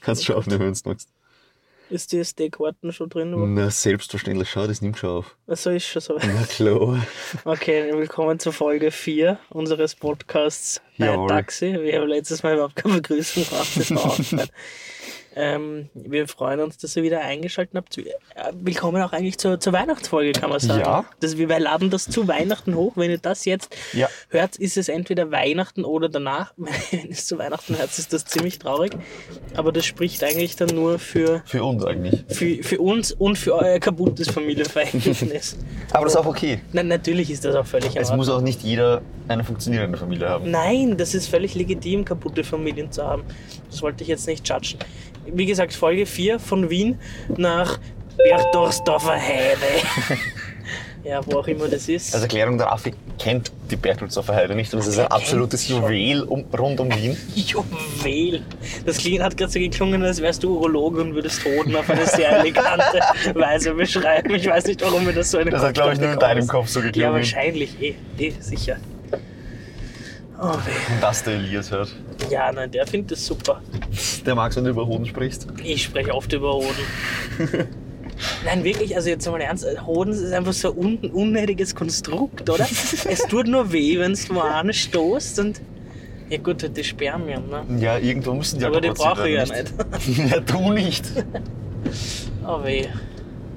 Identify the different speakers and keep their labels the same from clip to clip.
Speaker 1: kannst schon aufnehmen, wenn du nutzt.
Speaker 2: Ist die SD-Karten schon drin? wo-
Speaker 1: Na, selbstverständlich, schau, das nimmt schon auf.
Speaker 2: Also ist schon so.
Speaker 1: Na klar.
Speaker 2: Okay, willkommen zur Folge 4 unseres Podcasts bei
Speaker 1: Jawohl.
Speaker 2: Taxi. Wir haben letztes Mal überhaupt keine Begrüßung gemacht. Das war auch nett. ähm, wir freuen uns, dass ihr wieder eingeschaltet habt. Äh, Willkommen auch eigentlich zur, zur Weihnachtsfolge, kann man sagen.
Speaker 1: Ja.
Speaker 2: Das, wir laden das zu Weihnachten hoch. Wenn ihr das jetzt
Speaker 1: Ja.
Speaker 2: hört, ist es entweder Weihnachten oder danach. Wenn ihr es zu Weihnachten hört, ist das ziemlich traurig. Aber das spricht eigentlich dann nur für
Speaker 1: Für uns eigentlich.
Speaker 2: für, für uns und für euer kaputtes Familienverhältnis.
Speaker 1: Aber das ist auch okay.
Speaker 2: Nein, natürlich ist das auch völlig in
Speaker 1: Es
Speaker 2: Ordnung.
Speaker 1: muss auch nicht jeder eine funktionierende Familie haben.
Speaker 2: Nein, das ist völlig legitim, kaputte Familien zu haben. Das wollte ich jetzt nicht judgen. Wie gesagt, Folge 4 von Wien nach Berchtesdorfer Heide. ja, wo auch immer das ist.
Speaker 1: Als Erklärung, der Affe kennt die Bertelsdorfer Heide nicht und es ist ein
Speaker 2: Er kennt
Speaker 1: absolutes
Speaker 2: sie schon.
Speaker 1: Juwel um, rund um Wien.
Speaker 2: Juwel. Das Klingen hat gerade so geklungen, als wärst du Urologe und würdest Hoden auf eine sehr elegante Weise beschreiben. Ich weiß nicht, warum mir das so eine
Speaker 1: Das hat, glaube ich, nur in deinem Kopf so
Speaker 2: Ja,
Speaker 1: geklungen.
Speaker 2: wahrscheinlich, eh, eh sicher. Oh, weh.
Speaker 1: Und das der Elias hört.
Speaker 2: ja, nein, der findet es super.
Speaker 1: Der mag, wenn du über Hoden sprichst.
Speaker 2: Ich spreche oft über Hoden. Nein, wirklich, also jetzt mal ernst, Hoden ist einfach so ein un unnötiges Konstrukt, oder? es tut nur weh, wenn du mal anstoßt und. Ja, gut, halt die Spermien, ne?
Speaker 1: Ja, irgendwo müssen die
Speaker 2: Aber die
Speaker 1: platziert
Speaker 2: brauche ich ja
Speaker 1: werden,
Speaker 2: nicht.
Speaker 1: nicht? ja, du nicht.
Speaker 2: Oh weh.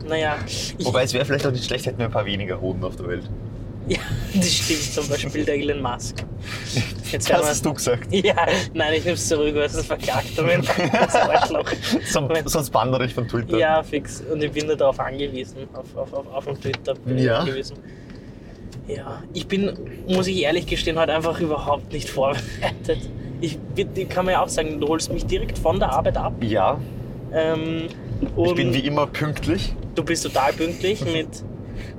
Speaker 2: Naja, ich,
Speaker 1: Wobei es wäre vielleicht auch nicht schlecht, hätten wir ein paar weniger Hoden auf der Welt.
Speaker 2: ja, das stimmt zum Beispiel der Elon Musk.
Speaker 1: Das
Speaker 2: Jetzt werden wir-
Speaker 1: hast du gesagt.
Speaker 2: Ja, nein, ich nehm's zurück, weil es ist verklagt aber das Arschloch.
Speaker 1: Som- Sonst bannere ich von Twitter.
Speaker 2: Ja, fix. Und ich bin da darauf angewiesen, auf, auf, auf, auf dem Twitter bin
Speaker 1: Ja.
Speaker 2: ich angewiesen. Ja, ich bin, muss ich ehrlich gestehen, halt einfach überhaupt nicht vorbereitet. Ich, bin- ich kann mir ja auch sagen, du holst mich direkt von der Arbeit ab.
Speaker 1: Ja,
Speaker 2: Ähm,
Speaker 1: ich bin
Speaker 2: und
Speaker 1: wie immer pünktlich.
Speaker 2: du bist total pünktlich mit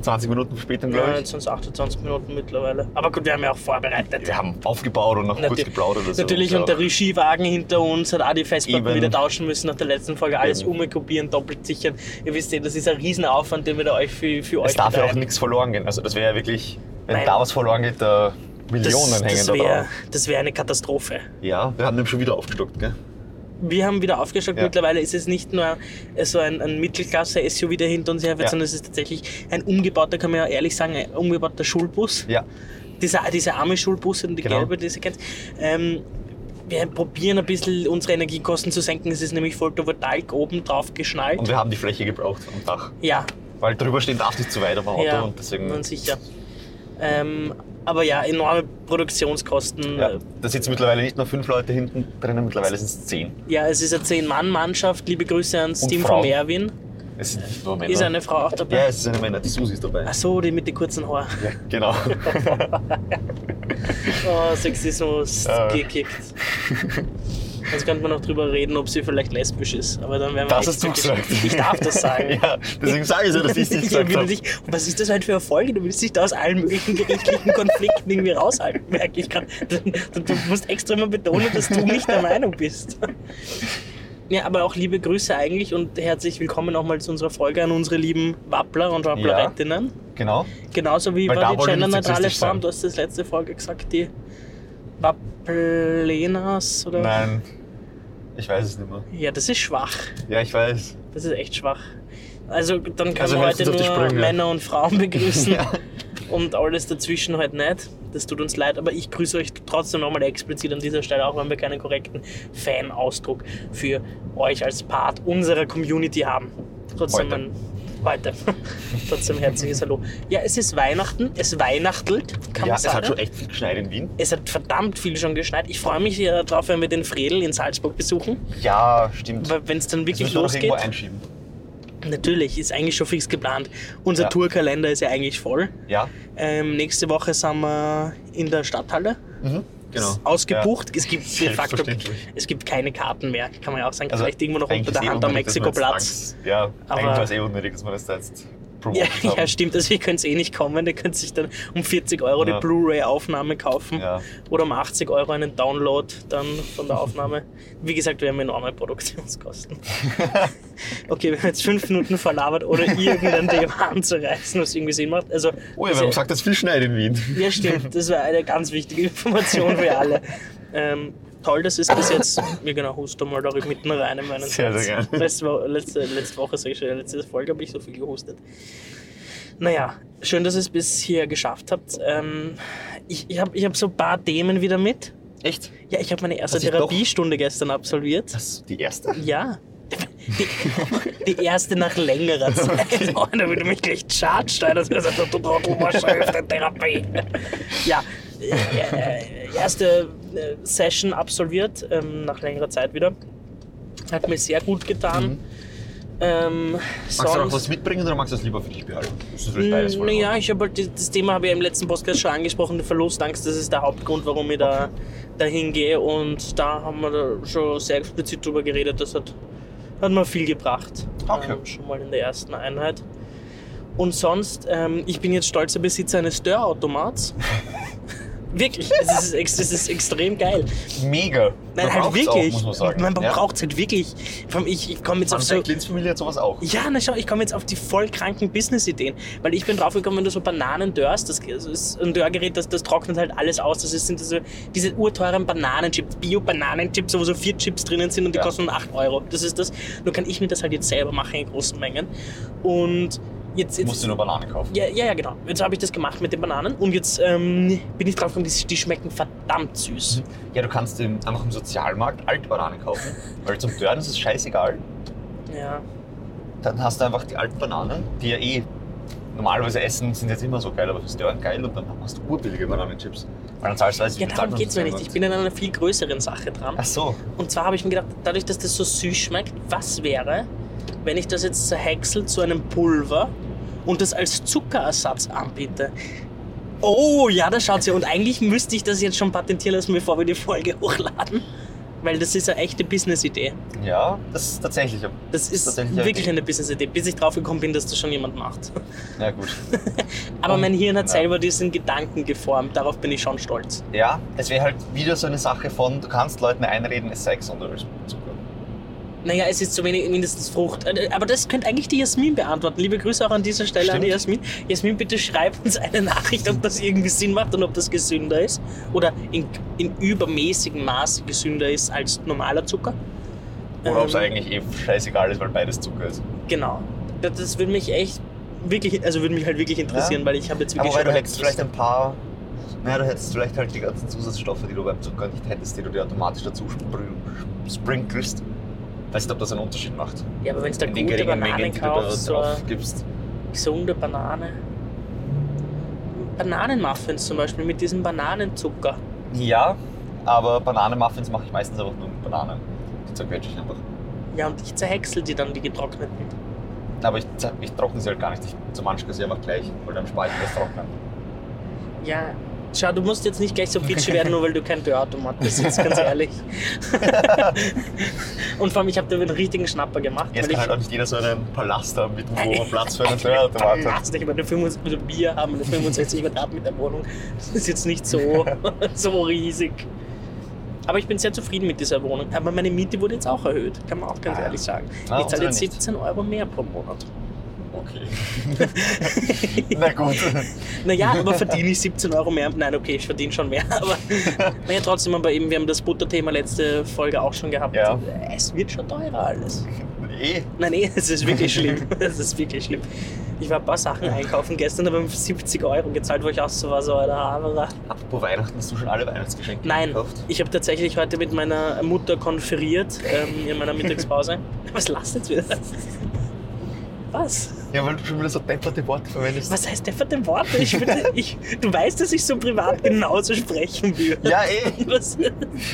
Speaker 1: 20 Minuten Verspätung, glaube ich.
Speaker 2: 29, 28 Minuten mittlerweile. Aber gut, wir haben ja auch vorbereitet.
Speaker 1: Wir haben aufgebaut und noch kurz
Speaker 2: Natu-
Speaker 1: geplaudert. also oder so.
Speaker 2: Natürlich, und der Regiewagen hinter uns hat auch die Festplatten
Speaker 1: Eben.
Speaker 2: wieder tauschen müssen nach der letzten Folge. Alles
Speaker 1: Eben.
Speaker 2: umkopieren, doppelt sichern. Ihr wisst ja, das ist ein Riesenaufwand, den wir da euch für, für euch
Speaker 1: Es darf ja auch
Speaker 2: betreiben.
Speaker 1: nichts verloren gehen. Also das wäre ja wirklich, wenn
Speaker 2: Nein.
Speaker 1: da was verloren geht, da Millionen
Speaker 2: das,
Speaker 1: hängen
Speaker 2: das
Speaker 1: da
Speaker 2: wär-
Speaker 1: drauf.
Speaker 2: Das wäre eine Katastrophe.
Speaker 1: Ja, wir haben den schon wieder aufgestockt, gell?
Speaker 2: Wir haben wieder aufgestockt.
Speaker 1: Ja.
Speaker 2: Mittlerweile ist es nicht nur so ein, ein Mittelklasse-SUV, der hinter uns herfährt,
Speaker 1: Ja.
Speaker 2: sondern es ist tatsächlich ein umgebauter, kann man ja ehrlich sagen, ein umgebauter Schulbus.
Speaker 1: Ja,
Speaker 2: Diese, diese arme Schulbusse und die
Speaker 1: Genau.
Speaker 2: gelbe, diese kennt. Ähm, wir probieren ein bisschen unsere Energiekosten zu senken. Es ist nämlich Photovoltaik oben drauf geschnallt.
Speaker 1: und wir haben die Fläche gebraucht am Dach.
Speaker 2: Ja,
Speaker 1: Weil drüber stehen darf nicht zu weit auf dem Auto
Speaker 2: ja,
Speaker 1: und deswegen...
Speaker 2: nun sicher. Ähm, aber ja, enorme Produktionskosten.
Speaker 1: Ja, da sitzen mittlerweile nicht nur fünf Leute hinten drinnen, mittlerweile sind es zehn.
Speaker 2: Ja, es ist eine Zehn-Mann-Mannschaft. Liebe Grüße ans
Speaker 1: Und
Speaker 2: Team
Speaker 1: Frau.
Speaker 2: von Erwin.
Speaker 1: Es sind nicht nur Männer.
Speaker 2: Ist eine Frau auch
Speaker 1: ja,
Speaker 2: dabei?
Speaker 1: es ist eine Männer, die Susi ist dabei.
Speaker 2: Ach so, die mit den kurzen Haaren.
Speaker 1: Ja, genau.
Speaker 2: Oh, Sexismus
Speaker 1: Ah.
Speaker 2: gekickt. Jetzt könnte man noch drüber reden, ob sie vielleicht lesbisch ist. Aber dann wären wir
Speaker 1: Das
Speaker 2: echt
Speaker 1: hast du
Speaker 2: wirklich-
Speaker 1: gesagt.
Speaker 2: Ich darf das sagen.
Speaker 1: ja, deswegen sage ich ja, dass ich es nicht
Speaker 2: Ja,
Speaker 1: gesagt
Speaker 2: wie du
Speaker 1: habe.
Speaker 2: dich, was ist das halt für eine Folge? Du willst dich da aus allen möglichen gerichtlichen Konflikten irgendwie raushalten, merke ich gerade. Du, du, du musst extra immer betonen, dass du nicht der Meinung bist. Ja, aber auch liebe Grüße eigentlich und herzlich willkommen nochmal zu unserer Folge an unsere lieben Wappler und Wapplerinnen.
Speaker 1: Genau.
Speaker 2: Genauso wie
Speaker 1: Weil
Speaker 2: war
Speaker 1: da
Speaker 2: die
Speaker 1: wollen wir nicht
Speaker 2: genderneutrale
Speaker 1: sexistisch
Speaker 2: Form,
Speaker 1: sein.
Speaker 2: du hast das letzte Folge gesagt, die Wapplenas oder?
Speaker 1: Nein, ich weiß es nicht mehr.
Speaker 2: Ja, das ist schwach.
Speaker 1: Ja, ich weiß.
Speaker 2: Das ist echt schwach. Also dann können
Speaker 1: Also
Speaker 2: wir
Speaker 1: helft
Speaker 2: heute
Speaker 1: uns auf die
Speaker 2: nur
Speaker 1: Sprünge.
Speaker 2: Männer und Frauen begrüßen
Speaker 1: Ja.
Speaker 2: und alles dazwischen halt nicht. Das tut uns leid, aber ich grüße euch trotzdem nochmal explizit an dieser Stelle, auch wenn wir keinen korrekten Fan-Ausdruck für euch als Part unserer Community haben. Trotzdem
Speaker 1: Heute.
Speaker 2: ein, heute. trotzdem herzliches Hallo. Ja, es ist Weihnachten, es weihnachtelt, kann
Speaker 1: ja,
Speaker 2: ne? man
Speaker 1: es
Speaker 2: sagen.
Speaker 1: hat schon echt viel geschneit in Wien.
Speaker 2: es hat verdammt viel schon geschneit. Ich freue mich ja darauf, wenn wir den Fredel in Salzburg besuchen,
Speaker 1: Ja, stimmt.
Speaker 2: weil wenn es
Speaker 1: Das
Speaker 2: dann
Speaker 1: müssen wir
Speaker 2: wirklich
Speaker 1: doch
Speaker 2: losgeht.
Speaker 1: irgendwo einschieben.
Speaker 2: Natürlich, ist eigentlich schon fix geplant. Unser
Speaker 1: Ja.
Speaker 2: Tourkalender ist ja eigentlich voll.
Speaker 1: Ja,
Speaker 2: Ähm, nächste Woche sind wir in der Stadthalle.
Speaker 1: mhm. genau.
Speaker 2: Ist Ausgebucht. Es gibt de facto
Speaker 1: Selbstverständlich.
Speaker 2: es gibt keine Karten mehr, kann man ja auch sagen.
Speaker 1: Also,
Speaker 2: Vielleicht irgendwo noch
Speaker 1: eigentlich
Speaker 2: unter der
Speaker 1: ist eh
Speaker 2: Hand am
Speaker 1: unnötig, dass man jetzt
Speaker 2: Mexiko-Platz.
Speaker 1: Angst- Ja,
Speaker 2: Aber-
Speaker 1: eigentlich war es eh unnötig, dass man das da jetzt
Speaker 2: Ja,
Speaker 1: promotet
Speaker 2: ja,
Speaker 1: haben.
Speaker 2: stimmt. Also ihr könnt eh nicht kommen. Ihr könnt sich dann um 40 Euro
Speaker 1: Ja.
Speaker 2: die Blu-ray-Aufnahme kaufen
Speaker 1: Ja.
Speaker 2: oder um 80 Euro einen Download dann von der Aufnahme. Wie gesagt, wir haben enorme Produktionskosten. okay, wir haben jetzt fünf Minuten verlabert, ohne irgendein Thema anzureißen, was irgendwie Sinn macht. Also,
Speaker 1: Oh ja, wir
Speaker 2: diese-
Speaker 1: haben gesagt, dass viel schneit in Wien.
Speaker 2: ja, stimmt. Das war eine ganz wichtige Information für alle. Ähm, toll, das ist bis jetzt. Mir genau, hust da mal da mitten rein in meinen
Speaker 1: Sehr, sehr
Speaker 2: Satz.
Speaker 1: gerne.
Speaker 2: Letzte, Wo- letzte, letzte Woche, sag ich schon, letzte Folge habe ich so viel gehustet. Naja, schön, dass ihr es bis hier geschafft habt. Ähm, ich ich habe ich hab so ein paar Themen wieder mit.
Speaker 1: Echt?
Speaker 2: Ja, ich habe meine erste
Speaker 1: Hast dich
Speaker 2: Therapiestunde gestern absolviert.
Speaker 1: Das die erste?
Speaker 2: Ja. Die, die erste nach längerer Zeit. Oh, da würde mich gleich charged sein, dass du gesagt hast, du Trottel, was hilft denn Therapie? Ja, äh, äh, erste äh, Session absolviert, ähm, nach längerer Zeit wieder. Hat mir sehr gut getan. Ähm,
Speaker 1: Magst du
Speaker 2: sonst-
Speaker 1: auch was mitbringen oder magst du das lieber für dich behalten? Das ist vielleicht beides voll.
Speaker 2: naja, ich habe halt das- das Thema habe ich ja im letzten Podcast schon angesprochen, die Verlustangst, das ist der Hauptgrund, warum ich da dahin gehe und da haben wir da schon sehr explizit drüber geredet, das hat, hat mir viel gebracht,
Speaker 1: Okay.
Speaker 2: ähm, schon mal in der ersten Einheit. Und sonst, ähm, ich bin jetzt stolzer Besitzer eines Störautomats. Wirklich, es ist, ex- es ist extrem geil.
Speaker 1: Mega.
Speaker 2: Nein,
Speaker 1: Man
Speaker 2: halt
Speaker 1: braucht's
Speaker 2: wirklich.
Speaker 1: Auch, muss man sagen.
Speaker 2: man
Speaker 1: ja?
Speaker 2: braucht es halt wirklich. Vor allem Ich, ich komme jetzt auf
Speaker 1: Man
Speaker 2: so,
Speaker 1: sagt, Lins Familie hat sowas auch.
Speaker 2: ja, na schau, ich komme jetzt auf die voll kranken Business-Ideen. Weil ich bin draufgekommen, wenn du so Bananen dörrst, das ist ein Dörrgerät, das, das trocknet halt alles aus. Das ist, sind diese, diese urteuren Bananenchips, Bio-Bananenchips, wo so vier Chips drinnen sind und die
Speaker 1: Ja.
Speaker 2: kosten 8 Euro. Das ist das. Nur kann ich mir das halt jetzt selber machen in großen Mengen. Und jetzt. jetzt
Speaker 1: Musst du nur Banane kaufen.
Speaker 2: ja, ja, ja, genau. Jetzt habe ich das gemacht mit den Bananen und jetzt ähm, bin ich draufgekommen, die, die schmecken verdammt süß.
Speaker 1: Ja, du kannst im, einfach im Sozialmarkt alte Bananen kaufen, weil zum Dörren ist es scheißegal. Mhm.
Speaker 2: Ja.
Speaker 1: Dann hast du einfach die alten Bananen, die ja eh normalerweise essen, sind jetzt immer so geil, aber fürs Dörren geil und dann hast du urbillige Bananenchips. Weil dann zahlst du, weiß ich,
Speaker 2: Ja,
Speaker 1: wie viel zahlt
Speaker 2: darum
Speaker 1: man
Speaker 2: geht es mir
Speaker 1: fürs
Speaker 2: nicht. Ich
Speaker 1: Dörren?
Speaker 2: bin an einer viel größeren Sache dran.
Speaker 1: Ach so,
Speaker 2: Und zwar habe ich mir gedacht, dadurch, dass das so süß schmeckt, was wäre, wenn ich das jetzt zerhäcksel zu einem Pulver und das als Zuckerersatz anbiete? Oh, ja, da schaut's ja. Und eigentlich müsste ich das jetzt schon patentieren lassen, bevor wir die Folge hochladen. Weil das ist eine echte Business-Idee.
Speaker 1: ja, das ist tatsächlich.
Speaker 2: Das ist
Speaker 1: Tatsächlich eine
Speaker 2: wirklich
Speaker 1: Idee.
Speaker 2: eine Business-Idee, bis ich drauf gekommen bin, dass das schon jemand macht.
Speaker 1: Na gut.
Speaker 2: Aber
Speaker 1: Und-
Speaker 2: mein Hirn hat
Speaker 1: ja.
Speaker 2: selber diesen Gedanken geformt. Darauf bin ich schon stolz.
Speaker 1: Ja, es wäre halt wieder so eine Sache von, du kannst Leuten einreden, es sei gesund Zucker.
Speaker 2: Naja, es ist zu wenig mindestens Frucht. Äh, Aber das könnte eigentlich die Jasmin beantworten. Liebe Grüße auch an dieser Stelle an die Jasmin. Jasmin, bitte schreib uns eine Nachricht, ob das irgendwie Sinn macht und ob das gesünder ist. Oder in, in übermäßigem Maße gesünder ist als normaler Zucker.
Speaker 1: Oder ob es
Speaker 2: Ähm,
Speaker 1: eigentlich eh scheißegal ist, weil beides Zucker ist.
Speaker 2: Genau. Das, das würde mich echt wirklich, also würde mich halt wirklich interessieren,
Speaker 1: Ja.
Speaker 2: weil ich habe jetzt
Speaker 1: Aber
Speaker 2: wirklich
Speaker 1: weil du
Speaker 2: schon
Speaker 1: hättest
Speaker 2: gedacht,
Speaker 1: vielleicht ein paar. Naja, du hättest vielleicht halt die ganzen Zusatzstoffe, die du beim Zucker nicht hättest, die du dir automatisch dazu sprü- sprinkelst. Weiß nicht, ob das einen Unterschied macht.
Speaker 2: dass- Ja, aber wenn du da
Speaker 1: In den
Speaker 2: gute
Speaker 1: geringen
Speaker 2: Banane
Speaker 1: Mengen, die du da
Speaker 2: kaufst, so eine
Speaker 1: drauf gibst.
Speaker 2: gesunde Banane. Bananenmuffins zum Beispiel mit diesem Bananenzucker.
Speaker 1: Ja, aber Bananenmuffins mache ich meistens einfach nur mit Bananen. Die zerquetsche ich einfach.
Speaker 2: Ja, und ich zerhäcksel die dann, die getrockneten.
Speaker 1: Aber ich, zer- ich trockne sie halt gar nicht. Ich, zum Anschluss sie einfach gleich, weil dann spare ich mir das Trocknen.
Speaker 2: Ja. Schau, du musst jetzt nicht gleich so bitchy werden, nur weil du kein Dörrautomat bist, jetzt ganz ehrlich. und vor allem, ich habe da einen richtigen Schnapper gemacht.
Speaker 1: Jetzt
Speaker 2: weil
Speaker 1: kann
Speaker 2: ich
Speaker 1: halt auch nicht jeder so einen Palast haben mit einem hohen Platz für einen Steuerautomat hat.
Speaker 2: Palast, ich meine, 65, also wir haben eine 65 Quadratmeter Wohnung. Das ist jetzt nicht so, so riesig. Aber ich bin sehr zufrieden mit dieser Wohnung. Aber meine Miete wurde jetzt auch erhöht, kann man auch ganz
Speaker 1: Ah.
Speaker 2: ehrlich sagen.
Speaker 1: Na,
Speaker 2: ich
Speaker 1: unsere
Speaker 2: zahle jetzt
Speaker 1: nicht.
Speaker 2: 17 Euro mehr pro Monat.
Speaker 1: Okay. Na gut.
Speaker 2: Naja, aber verdiene ich 17 Euro mehr? Nein, okay, ich verdiene schon mehr. Aber naja, trotzdem, aber eben, wir haben das Butterthema letzte Folge auch schon gehabt.
Speaker 1: Ja.
Speaker 2: Es wird schon teurer alles.
Speaker 1: Eh.
Speaker 2: Nein, eh, es ist wirklich schlimm. Es ist wirklich schlimm. Ich war ein paar Sachen einkaufen gestern, aber 70 Euro gezahlt, wo ich auch so war, so Alter, aber
Speaker 1: Apropos Weihnachten, hast du schon alle Weihnachtsgeschenke
Speaker 2: Nein,
Speaker 1: gekauft?
Speaker 2: ich habe tatsächlich heute mit meiner Mutter konferiert ähm, in meiner Mittagspause. Was lasst jetzt wieder? Was?
Speaker 1: Ja, weil du schon wieder so depperte Worte verwendest.
Speaker 2: Was heißt der für den Wort? Ich würde, ich, du weißt, dass ich so privat genauso sprechen würde.
Speaker 1: Ja, eh.
Speaker 2: Was?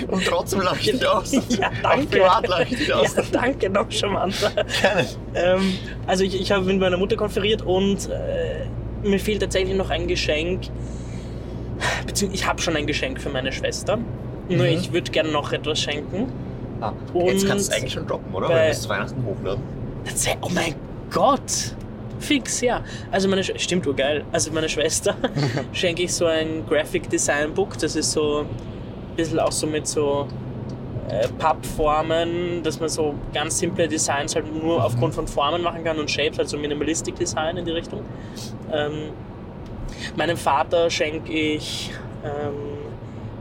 Speaker 1: Und trotzdem lache ich dich aus.
Speaker 2: Ja,
Speaker 1: Auch
Speaker 2: danke.
Speaker 1: privat lache ich dich
Speaker 2: Ja,
Speaker 1: aus.
Speaker 2: danke, noch charmanter.
Speaker 1: Gerne.
Speaker 2: Ähm, also ich, ich habe mit meiner Mutter konferiert und äh, mir fehlt tatsächlich noch ein Geschenk. Beziehungsweise ich habe schon ein Geschenk für meine Schwester. Nur
Speaker 1: Mhm.
Speaker 2: ich würde gerne noch etwas schenken.
Speaker 1: Ah,
Speaker 2: Und
Speaker 1: jetzt kannst du es eigentlich schon droppen, oder? Weil
Speaker 2: bei-
Speaker 1: wir müssen es Weihnachten hochladen.
Speaker 2: Tatsächlich- Oh mein Gott! Fix, ja. Also meine Sch stimmt urgeil. Also meine Schwester schenke ich so ein Graphic Design Book. Das ist so ein bisschen auch so mit so äh, Pappformen, dass man so ganz simple Designs halt nur aufgrund von Formen machen kann und Shapes, also Minimalistic Design in die Richtung. Ähm, meinem Vater schenke ich ähm,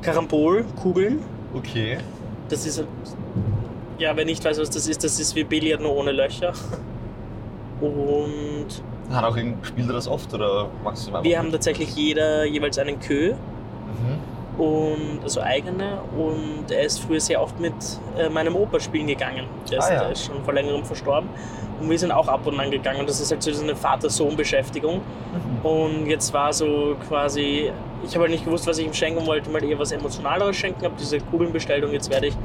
Speaker 2: Karambol-Kugeln.
Speaker 1: Okay.
Speaker 2: Das ist. Ja, wer nicht weiß, was das ist, das ist wie Billard nur ohne Löcher. Und
Speaker 1: Hat auch irgend- spielt er das oft oder machst du es einfach?
Speaker 2: wir haben tatsächlich jeder jeweils einen Kö
Speaker 1: Mhm.
Speaker 2: und also eigene und er ist früher sehr oft mit äh, meinem Opa spielen gegangen. Der ist,
Speaker 1: Ah, ja.
Speaker 2: der ist schon vor längerem verstorben und wir sind auch ab und an gegangen. Und Das ist halt so eine Vater-Sohn-Beschäftigung.
Speaker 1: Mhm.
Speaker 2: Und jetzt war so quasi, ich habe halt nicht gewusst, was ich ihm schenken wollte, mal eher was Emotionaleres schenken, habe diese Kugeln bestellt und jetzt werde ich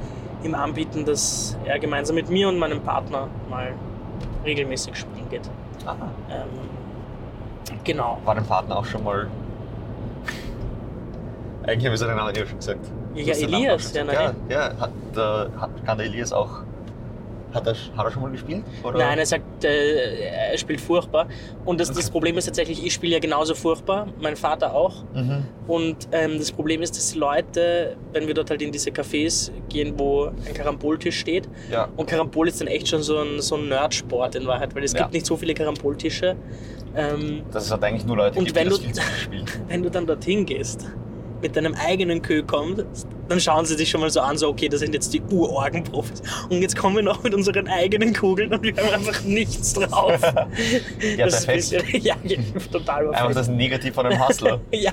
Speaker 2: ihm anbieten, dass er gemeinsam mit mir und meinem Partner mal regelmäßig spielen geht.
Speaker 1: Ah,
Speaker 2: Ähm, genau.
Speaker 1: war dein Partner auch schon mal. Eigentlich haben wir seinen Namen ja schon gesagt. Du
Speaker 2: Ja,
Speaker 1: hast den Namen auch
Speaker 2: Elias,
Speaker 1: schon
Speaker 2: ja,
Speaker 1: gesagt.
Speaker 2: nein.
Speaker 1: Ja, ja. Hat, äh, hat, kann der Elias auch. Hat er, hat er schon mal gespielt? Oder?
Speaker 2: Nein, er sagt, äh, er spielt furchtbar. Und das, das
Speaker 1: Okay.
Speaker 2: Problem ist tatsächlich, ich spiele ja genauso furchtbar, mein Vater auch.
Speaker 1: Mhm.
Speaker 2: Und ähm, das Problem ist, dass Leute, wenn wir dort halt in diese Cafés gehen, wo ein Karamboltisch steht,
Speaker 1: Ja.
Speaker 2: Und Karambol ist dann echt schon so ein, so ein Nerdsport in Wahrheit, weil es
Speaker 1: Ja.
Speaker 2: gibt nicht so viele Karamboltische. Ähm,
Speaker 1: Das ist halt eigentlich nur Leute,
Speaker 2: Und
Speaker 1: gibt,
Speaker 2: wenn
Speaker 1: die das
Speaker 2: du-
Speaker 1: viel zu viel spielen.
Speaker 2: wenn du dann dorthin gehst, mit deinem eigenen Kö kommst, dann schauen sie dich schon mal so an, so okay, das sind jetzt die Urorgenprofis. Und jetzt kommen wir noch mit unseren eigenen Kugeln und wir haben einfach nichts drauf.
Speaker 1: Ja,
Speaker 2: das ist ein
Speaker 1: perfekt.
Speaker 2: bisschen, ja, ja, total
Speaker 1: Einfach das Negativ von einem Hustler.
Speaker 2: ja,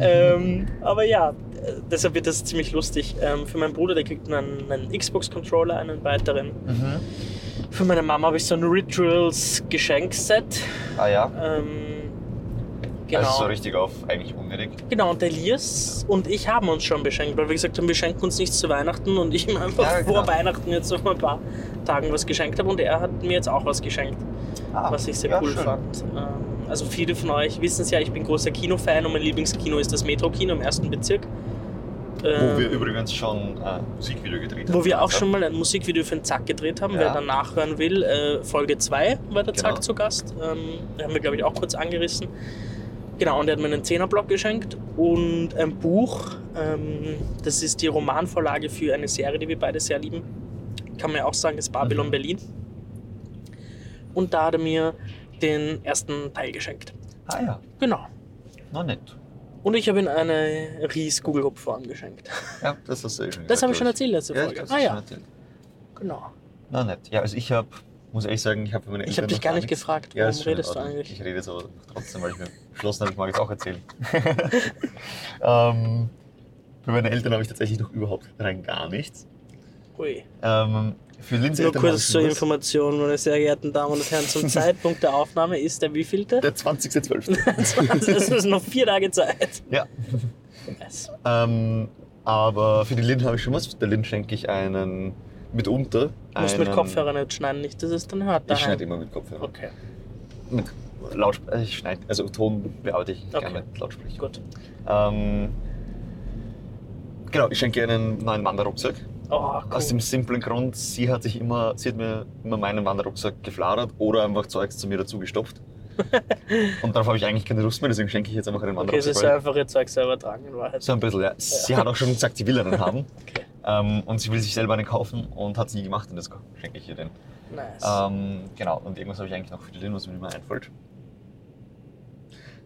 Speaker 2: ähm, aber ja, äh, deshalb wird das ziemlich lustig. Ähm, für meinen Bruder, der kriegt einen, einen Xbox-Controller, einen weiteren.
Speaker 1: mhm.
Speaker 2: Für meine Mama habe ich so ein Rituals-Geschenkset.
Speaker 1: Ah ja.
Speaker 2: Ähm, genau.
Speaker 1: Also so richtig auf eigentlich unnötig.
Speaker 2: genau, und der Elias und ich haben uns schon beschenkt, weil wir gesagt haben, wir schenken uns nichts zu Weihnachten und ich ihm einfach
Speaker 1: Ja,
Speaker 2: vor
Speaker 1: genau.
Speaker 2: Weihnachten jetzt noch mal ein paar Tagen was geschenkt habe und er hat mir jetzt auch was geschenkt,
Speaker 1: Ah,
Speaker 2: was ich sehr
Speaker 1: ja,
Speaker 2: cool
Speaker 1: schön.
Speaker 2: fand. Ähm, also viele von euch wissen es ja, ich bin großer Kinofan und mein Lieblingskino ist das Metro-Kino im ersten Bezirk. Ähm,
Speaker 1: Wo wir übrigens schon äh, Musikvideo gedreht haben.
Speaker 2: wo wir auch schon mal ein Musikvideo für den Zack gedreht haben.
Speaker 1: Ja.
Speaker 2: Wer dann nachhören will, äh, Folge 2 war der
Speaker 1: Genau.
Speaker 2: Zack zu Gast. Ähm, da haben wir, glaube ich, auch kurz angerissen. Genau, und er hat mir einen Zehnerblock geschenkt und ein Buch. Ähm, das ist die Romanvorlage für eine Serie, die wir beide sehr lieben. Kann man ja auch sagen, ist Babylon
Speaker 1: Mhm.
Speaker 2: Berlin. Und da hat er mir den ersten Teil geschenkt.
Speaker 1: Ah ja,
Speaker 2: Genau.
Speaker 1: noch nicht.
Speaker 2: Und ich habe ihm eine ries Google-Hub-Form geschenkt.
Speaker 1: Ja, das hast du eh schon
Speaker 2: Das
Speaker 1: gesagt,
Speaker 2: habe ich schon
Speaker 1: glaub
Speaker 2: erzählt letzte
Speaker 1: Ja,
Speaker 2: Folge.
Speaker 1: das hast
Speaker 2: Ah
Speaker 1: du schon
Speaker 2: ja,
Speaker 1: erzählt.
Speaker 2: genau.
Speaker 1: Noch nicht. Ja, also ich habe, muss ehrlich sagen, ich habe für meine
Speaker 2: Ich
Speaker 1: Eltern
Speaker 2: habe dich
Speaker 1: noch
Speaker 2: gar nicht
Speaker 1: nichts-
Speaker 2: gefragt,
Speaker 1: Ja,
Speaker 2: warum
Speaker 1: ist schon in
Speaker 2: redest du
Speaker 1: Ordnung.
Speaker 2: eigentlich?
Speaker 1: Ich rede jetzt aber trotzdem, weil ich mir beschlossen habe, ich mag jetzt auch erzählen. ähm, für meine Eltern habe ich tatsächlich noch überhaupt rein gar nichts.
Speaker 2: Ui.
Speaker 1: Ähm, für Lindsay
Speaker 2: Nur
Speaker 1: Eltern habe ich
Speaker 2: kurz zur
Speaker 1: nur
Speaker 2: Information, meine sehr geehrten Damen und Herren, zum Zeitpunkt der Aufnahme ist der wievielte?
Speaker 1: Der 20.12.
Speaker 2: Also es ist noch vier Tage Zeit.
Speaker 1: ja.
Speaker 2: Was?
Speaker 1: Ähm, aber für die Lin habe ich schon was. Der Lin schenke ich einen mitunter.
Speaker 2: Du musst
Speaker 1: einen,
Speaker 2: mit Kopfhörern nicht schneiden, nicht, dass es dann hört.
Speaker 1: Ich schneide
Speaker 2: Daheim.
Speaker 1: immer mit Kopfhörern.
Speaker 2: Okay,
Speaker 1: Mit Lautsprecher. Ich schneide, also Ton bearbeite ich
Speaker 2: Okay.
Speaker 1: gerne mit Lautsprecher.
Speaker 2: gut.
Speaker 1: Ähm, genau, ich schenke ihr einen neuen Wanderrucksack.
Speaker 2: Oh,
Speaker 1: Aus
Speaker 2: cool.
Speaker 1: dem simplen Grund, sie hat sich immer, sie hat mir immer meinen Wanderrucksack gefladert oder einfach Zeugs zu mir dazugestopft. Und darauf habe ich eigentlich keine Lust mehr, deswegen schenke ich jetzt einfach einen
Speaker 2: Okay, sie
Speaker 1: Wanderrucksack.
Speaker 2: soll
Speaker 1: weil-
Speaker 2: einfach ihr Zeug selber tragen, in Wahrheit.
Speaker 1: so ein bisschen, ja. Sie hat auch schon gesagt, sie will einen haben.
Speaker 2: Okay,
Speaker 1: Ähm, und sie will sich selber einen kaufen und hat es nie gemacht und das schenke ich ihr den.
Speaker 2: nice.
Speaker 1: Ähm, genau, und irgendwas habe ich eigentlich noch für die Lin, was mir nicht mehr einfällt.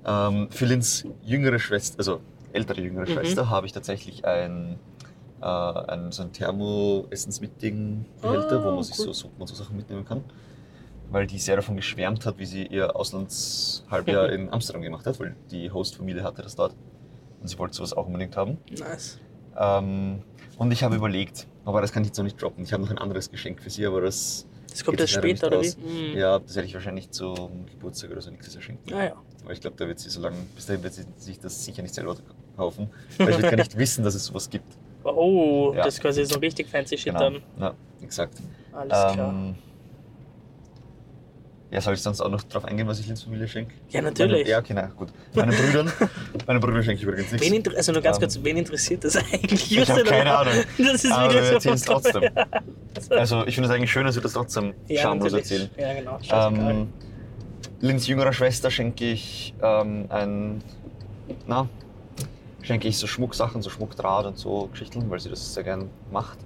Speaker 1: Ähm, für Lins jüngere Schwester, also ältere jüngere
Speaker 2: Mhm.
Speaker 1: Schwester, habe ich tatsächlich ein, äh, ein, so ein Thermo-Essensmeeting-Behälter, wo
Speaker 2: Ah,
Speaker 1: man sich
Speaker 2: cool.
Speaker 1: so Suppen und so Sachen mitnehmen kann. Weil die sehr davon geschwärmt hat, wie sie ihr Auslandshalbjahr in Amsterdam gemacht hat, weil die Host-Familie hatte das dort. Und sie wollte sowas auch unbedingt haben.
Speaker 2: nice.
Speaker 1: Ähm, und ich habe überlegt, aber das kann ich jetzt noch nicht droppen. Ich habe noch ein anderes Geschenk für sie, aber das
Speaker 2: Das kommt
Speaker 1: Geht
Speaker 2: erst
Speaker 1: sich leider
Speaker 2: später, oder wie?
Speaker 1: nicht
Speaker 2: Mhm.
Speaker 1: ja, das werde ich wahrscheinlich zum Geburtstag oder so nächstes Jahr schenken.
Speaker 2: Ah, ja.
Speaker 1: Aber ich glaube, da wird sie so lange, bis dahin wird sie sich das sicher nicht selber kaufen, weil sie wird gar nicht wissen, dass es sowas gibt.
Speaker 2: Oh,
Speaker 1: Ja.
Speaker 2: das ist quasi so richtig fancy Shit dann.
Speaker 1: Ja, exakt.
Speaker 2: Alles klar.
Speaker 1: Ähm, ja, soll ich sonst auch noch drauf eingehen, was ich Lins Familie schenke?
Speaker 2: Ja, natürlich.
Speaker 1: Meine, ja, okay, na gut. Meine Brüdern, meine Brüder schenke ich übrigens nichts.
Speaker 2: Wen inter- also nur ganz
Speaker 1: Ähm,
Speaker 2: kurz, wen interessiert das eigentlich?
Speaker 1: ich habe keine Ahnung.
Speaker 2: Das ist
Speaker 1: Aber wir
Speaker 2: wirklich
Speaker 1: erzählen es
Speaker 2: so vollkommen-
Speaker 1: trotzdem. Also ich finde es eigentlich schön, dass wir das trotzdem schamlos
Speaker 2: natürlich.
Speaker 1: erzählen.
Speaker 2: Ja, genau. Scheißegal.
Speaker 1: Ähm, Lins jüngerer Schwester schenke ich ähm, ein, na, schenke ich so Schmucksachen, so Schmuckdraht und so Geschichten, weil sie das sehr gern macht.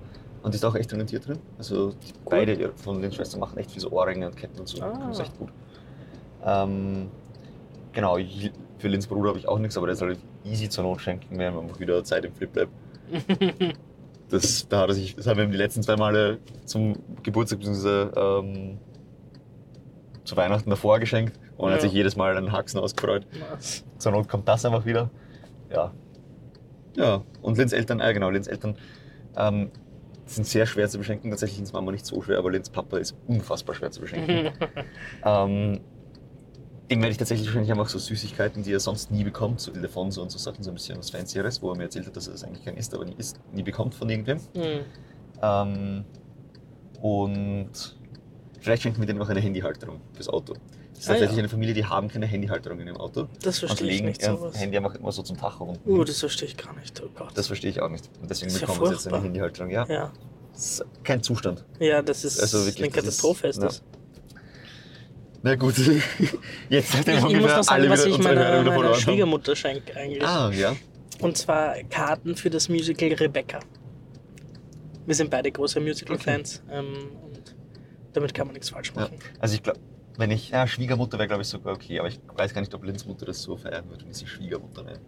Speaker 1: Und die ist auch echt talentiert drin. Also die beide ihre- von den Schwestern machen echt viel so Ohrringe und Ketten und so.
Speaker 2: Ah.
Speaker 1: Das ist echt gut. Ähm, genau, ich- für Lins Bruder habe ich auch nichts, aber der soll easy zur Not schenken, wenn man wieder Zeit im Flip bleibt. Das, da hat er sich, das haben wir ihm die letzten zwei Male zum Geburtstag bzw. Ähm, zu Weihnachten davor geschenkt und er hat
Speaker 2: Ja.
Speaker 1: sich jedes Mal einen Haxen ausgefreut. Zur Not kommt das einfach wieder. Ja. Ja, und Lins Eltern, äh, genau, Lins Eltern ähm, sind sehr schwer zu beschenken. Tatsächlich Lins Mama nicht so schwer, aber Lins Papa ist unfassbar schwer zu beschenken. ähm, dem werde ich tatsächlich wahrscheinlich einfach so Süßigkeiten, die er sonst nie bekommt, so Ildefonso und so Sachen, so ein bisschen was Fancyeres, wo er mir erzählt hat, dass er das eigentlich kein isst, aber nie, isst, nie bekommt von irgendwem.
Speaker 2: Mhm.
Speaker 1: Ähm, und vielleicht schenken wir denen noch eine Handyhalterung fürs Auto. Es ist
Speaker 2: Ah,
Speaker 1: tatsächlich
Speaker 2: ja.
Speaker 1: eine Familie, die haben keine Handyhalterung in ihrem Auto
Speaker 2: Das
Speaker 1: und
Speaker 2: verstehe ich
Speaker 1: legen
Speaker 2: nicht,
Speaker 1: ihr
Speaker 2: sowas.
Speaker 1: Handy einfach immer so zum Tacho unten.
Speaker 2: Uh,
Speaker 1: hin.
Speaker 2: das verstehe ich gar nicht, oh Gott.
Speaker 1: das verstehe ich auch nicht. Und deswegen
Speaker 2: Das ist ja
Speaker 1: bekommen sie jetzt eine
Speaker 2: furchtbar.
Speaker 1: Handyhalterung. Ja,
Speaker 2: ja.
Speaker 1: das ist kein Zustand.
Speaker 2: ja, das ist
Speaker 1: Also wirklich,
Speaker 2: eine
Speaker 1: das ist-
Speaker 2: Katastrophe, ist,
Speaker 1: ja.
Speaker 2: das.
Speaker 1: Na gut, jetzt hat
Speaker 2: Ich,
Speaker 1: er
Speaker 2: ich muss
Speaker 1: ungefähr
Speaker 2: noch
Speaker 1: alle
Speaker 2: sagen, was
Speaker 1: wieder,
Speaker 2: ich
Speaker 1: unsere Hörer
Speaker 2: meiner,
Speaker 1: wieder
Speaker 2: meiner
Speaker 1: verloren
Speaker 2: Schwiegermutter schenke eigentlich.
Speaker 1: haben. Ah, ja.
Speaker 2: Und zwar Karten für das Musical Rebecca. Wir sind beide große Musical-Fans ähm, und damit kann man nichts falsch
Speaker 1: Ja.
Speaker 2: machen.
Speaker 1: Also ich glaube, wenn ich, ja, Schwiegermutter wäre glaube ich sogar okay, aber ich weiß gar nicht, ob Lins Mutter das so verärgern würde, wenn sie Schwiegermutter wäre.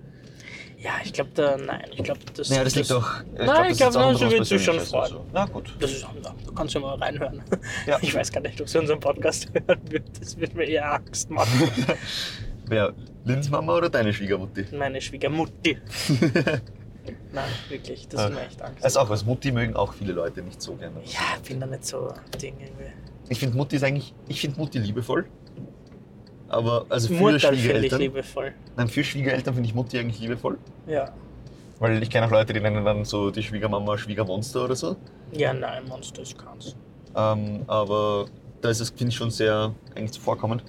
Speaker 2: Ja, ich glaube da, nein, ich glaube das,
Speaker 1: Naja, das liegt doch,
Speaker 2: Nein, ich
Speaker 1: das ist jetzt
Speaker 2: glaub,
Speaker 1: auch
Speaker 2: nein,
Speaker 1: noch
Speaker 2: sie
Speaker 1: was
Speaker 2: wird sich schon
Speaker 1: Persönliches,
Speaker 2: freuen.
Speaker 1: also. Na gut.
Speaker 2: das ist anders. Du kannst ja mal reinhören.
Speaker 1: Ja.
Speaker 2: Ich weiß gar nicht, ob sie unseren Podcast hören wird. Das wird mir eher Angst machen.
Speaker 1: Wer, Lins Mama oder deine Schwiegermutti?
Speaker 2: Meine Schwiegermutti. Nein, wirklich, das
Speaker 1: Ah.
Speaker 2: ist mir echt Angst.
Speaker 1: Das ist auch was, Mutti mögen auch viele Leute nicht so gerne.
Speaker 2: ja, ich bin da nicht so Ding irgendwie.
Speaker 1: Ich finde Mutti ist eigentlich, ich finde Mutti liebevoll. Aber also für
Speaker 2: Mutter finde ich
Speaker 1: Schwiegereltern,
Speaker 2: liebevoll.
Speaker 1: nein, für Schwiegereltern finde ich Mutti eigentlich liebevoll,
Speaker 2: Ja.
Speaker 1: weil ich kenne auch Leute, die nennen dann so die Schwiegermama Schwiegermonster oder so.
Speaker 2: Ja, nein, Monster ist keins.
Speaker 1: Ähm, aber da ist das Kind schon sehr eigentlich zuvorkommend.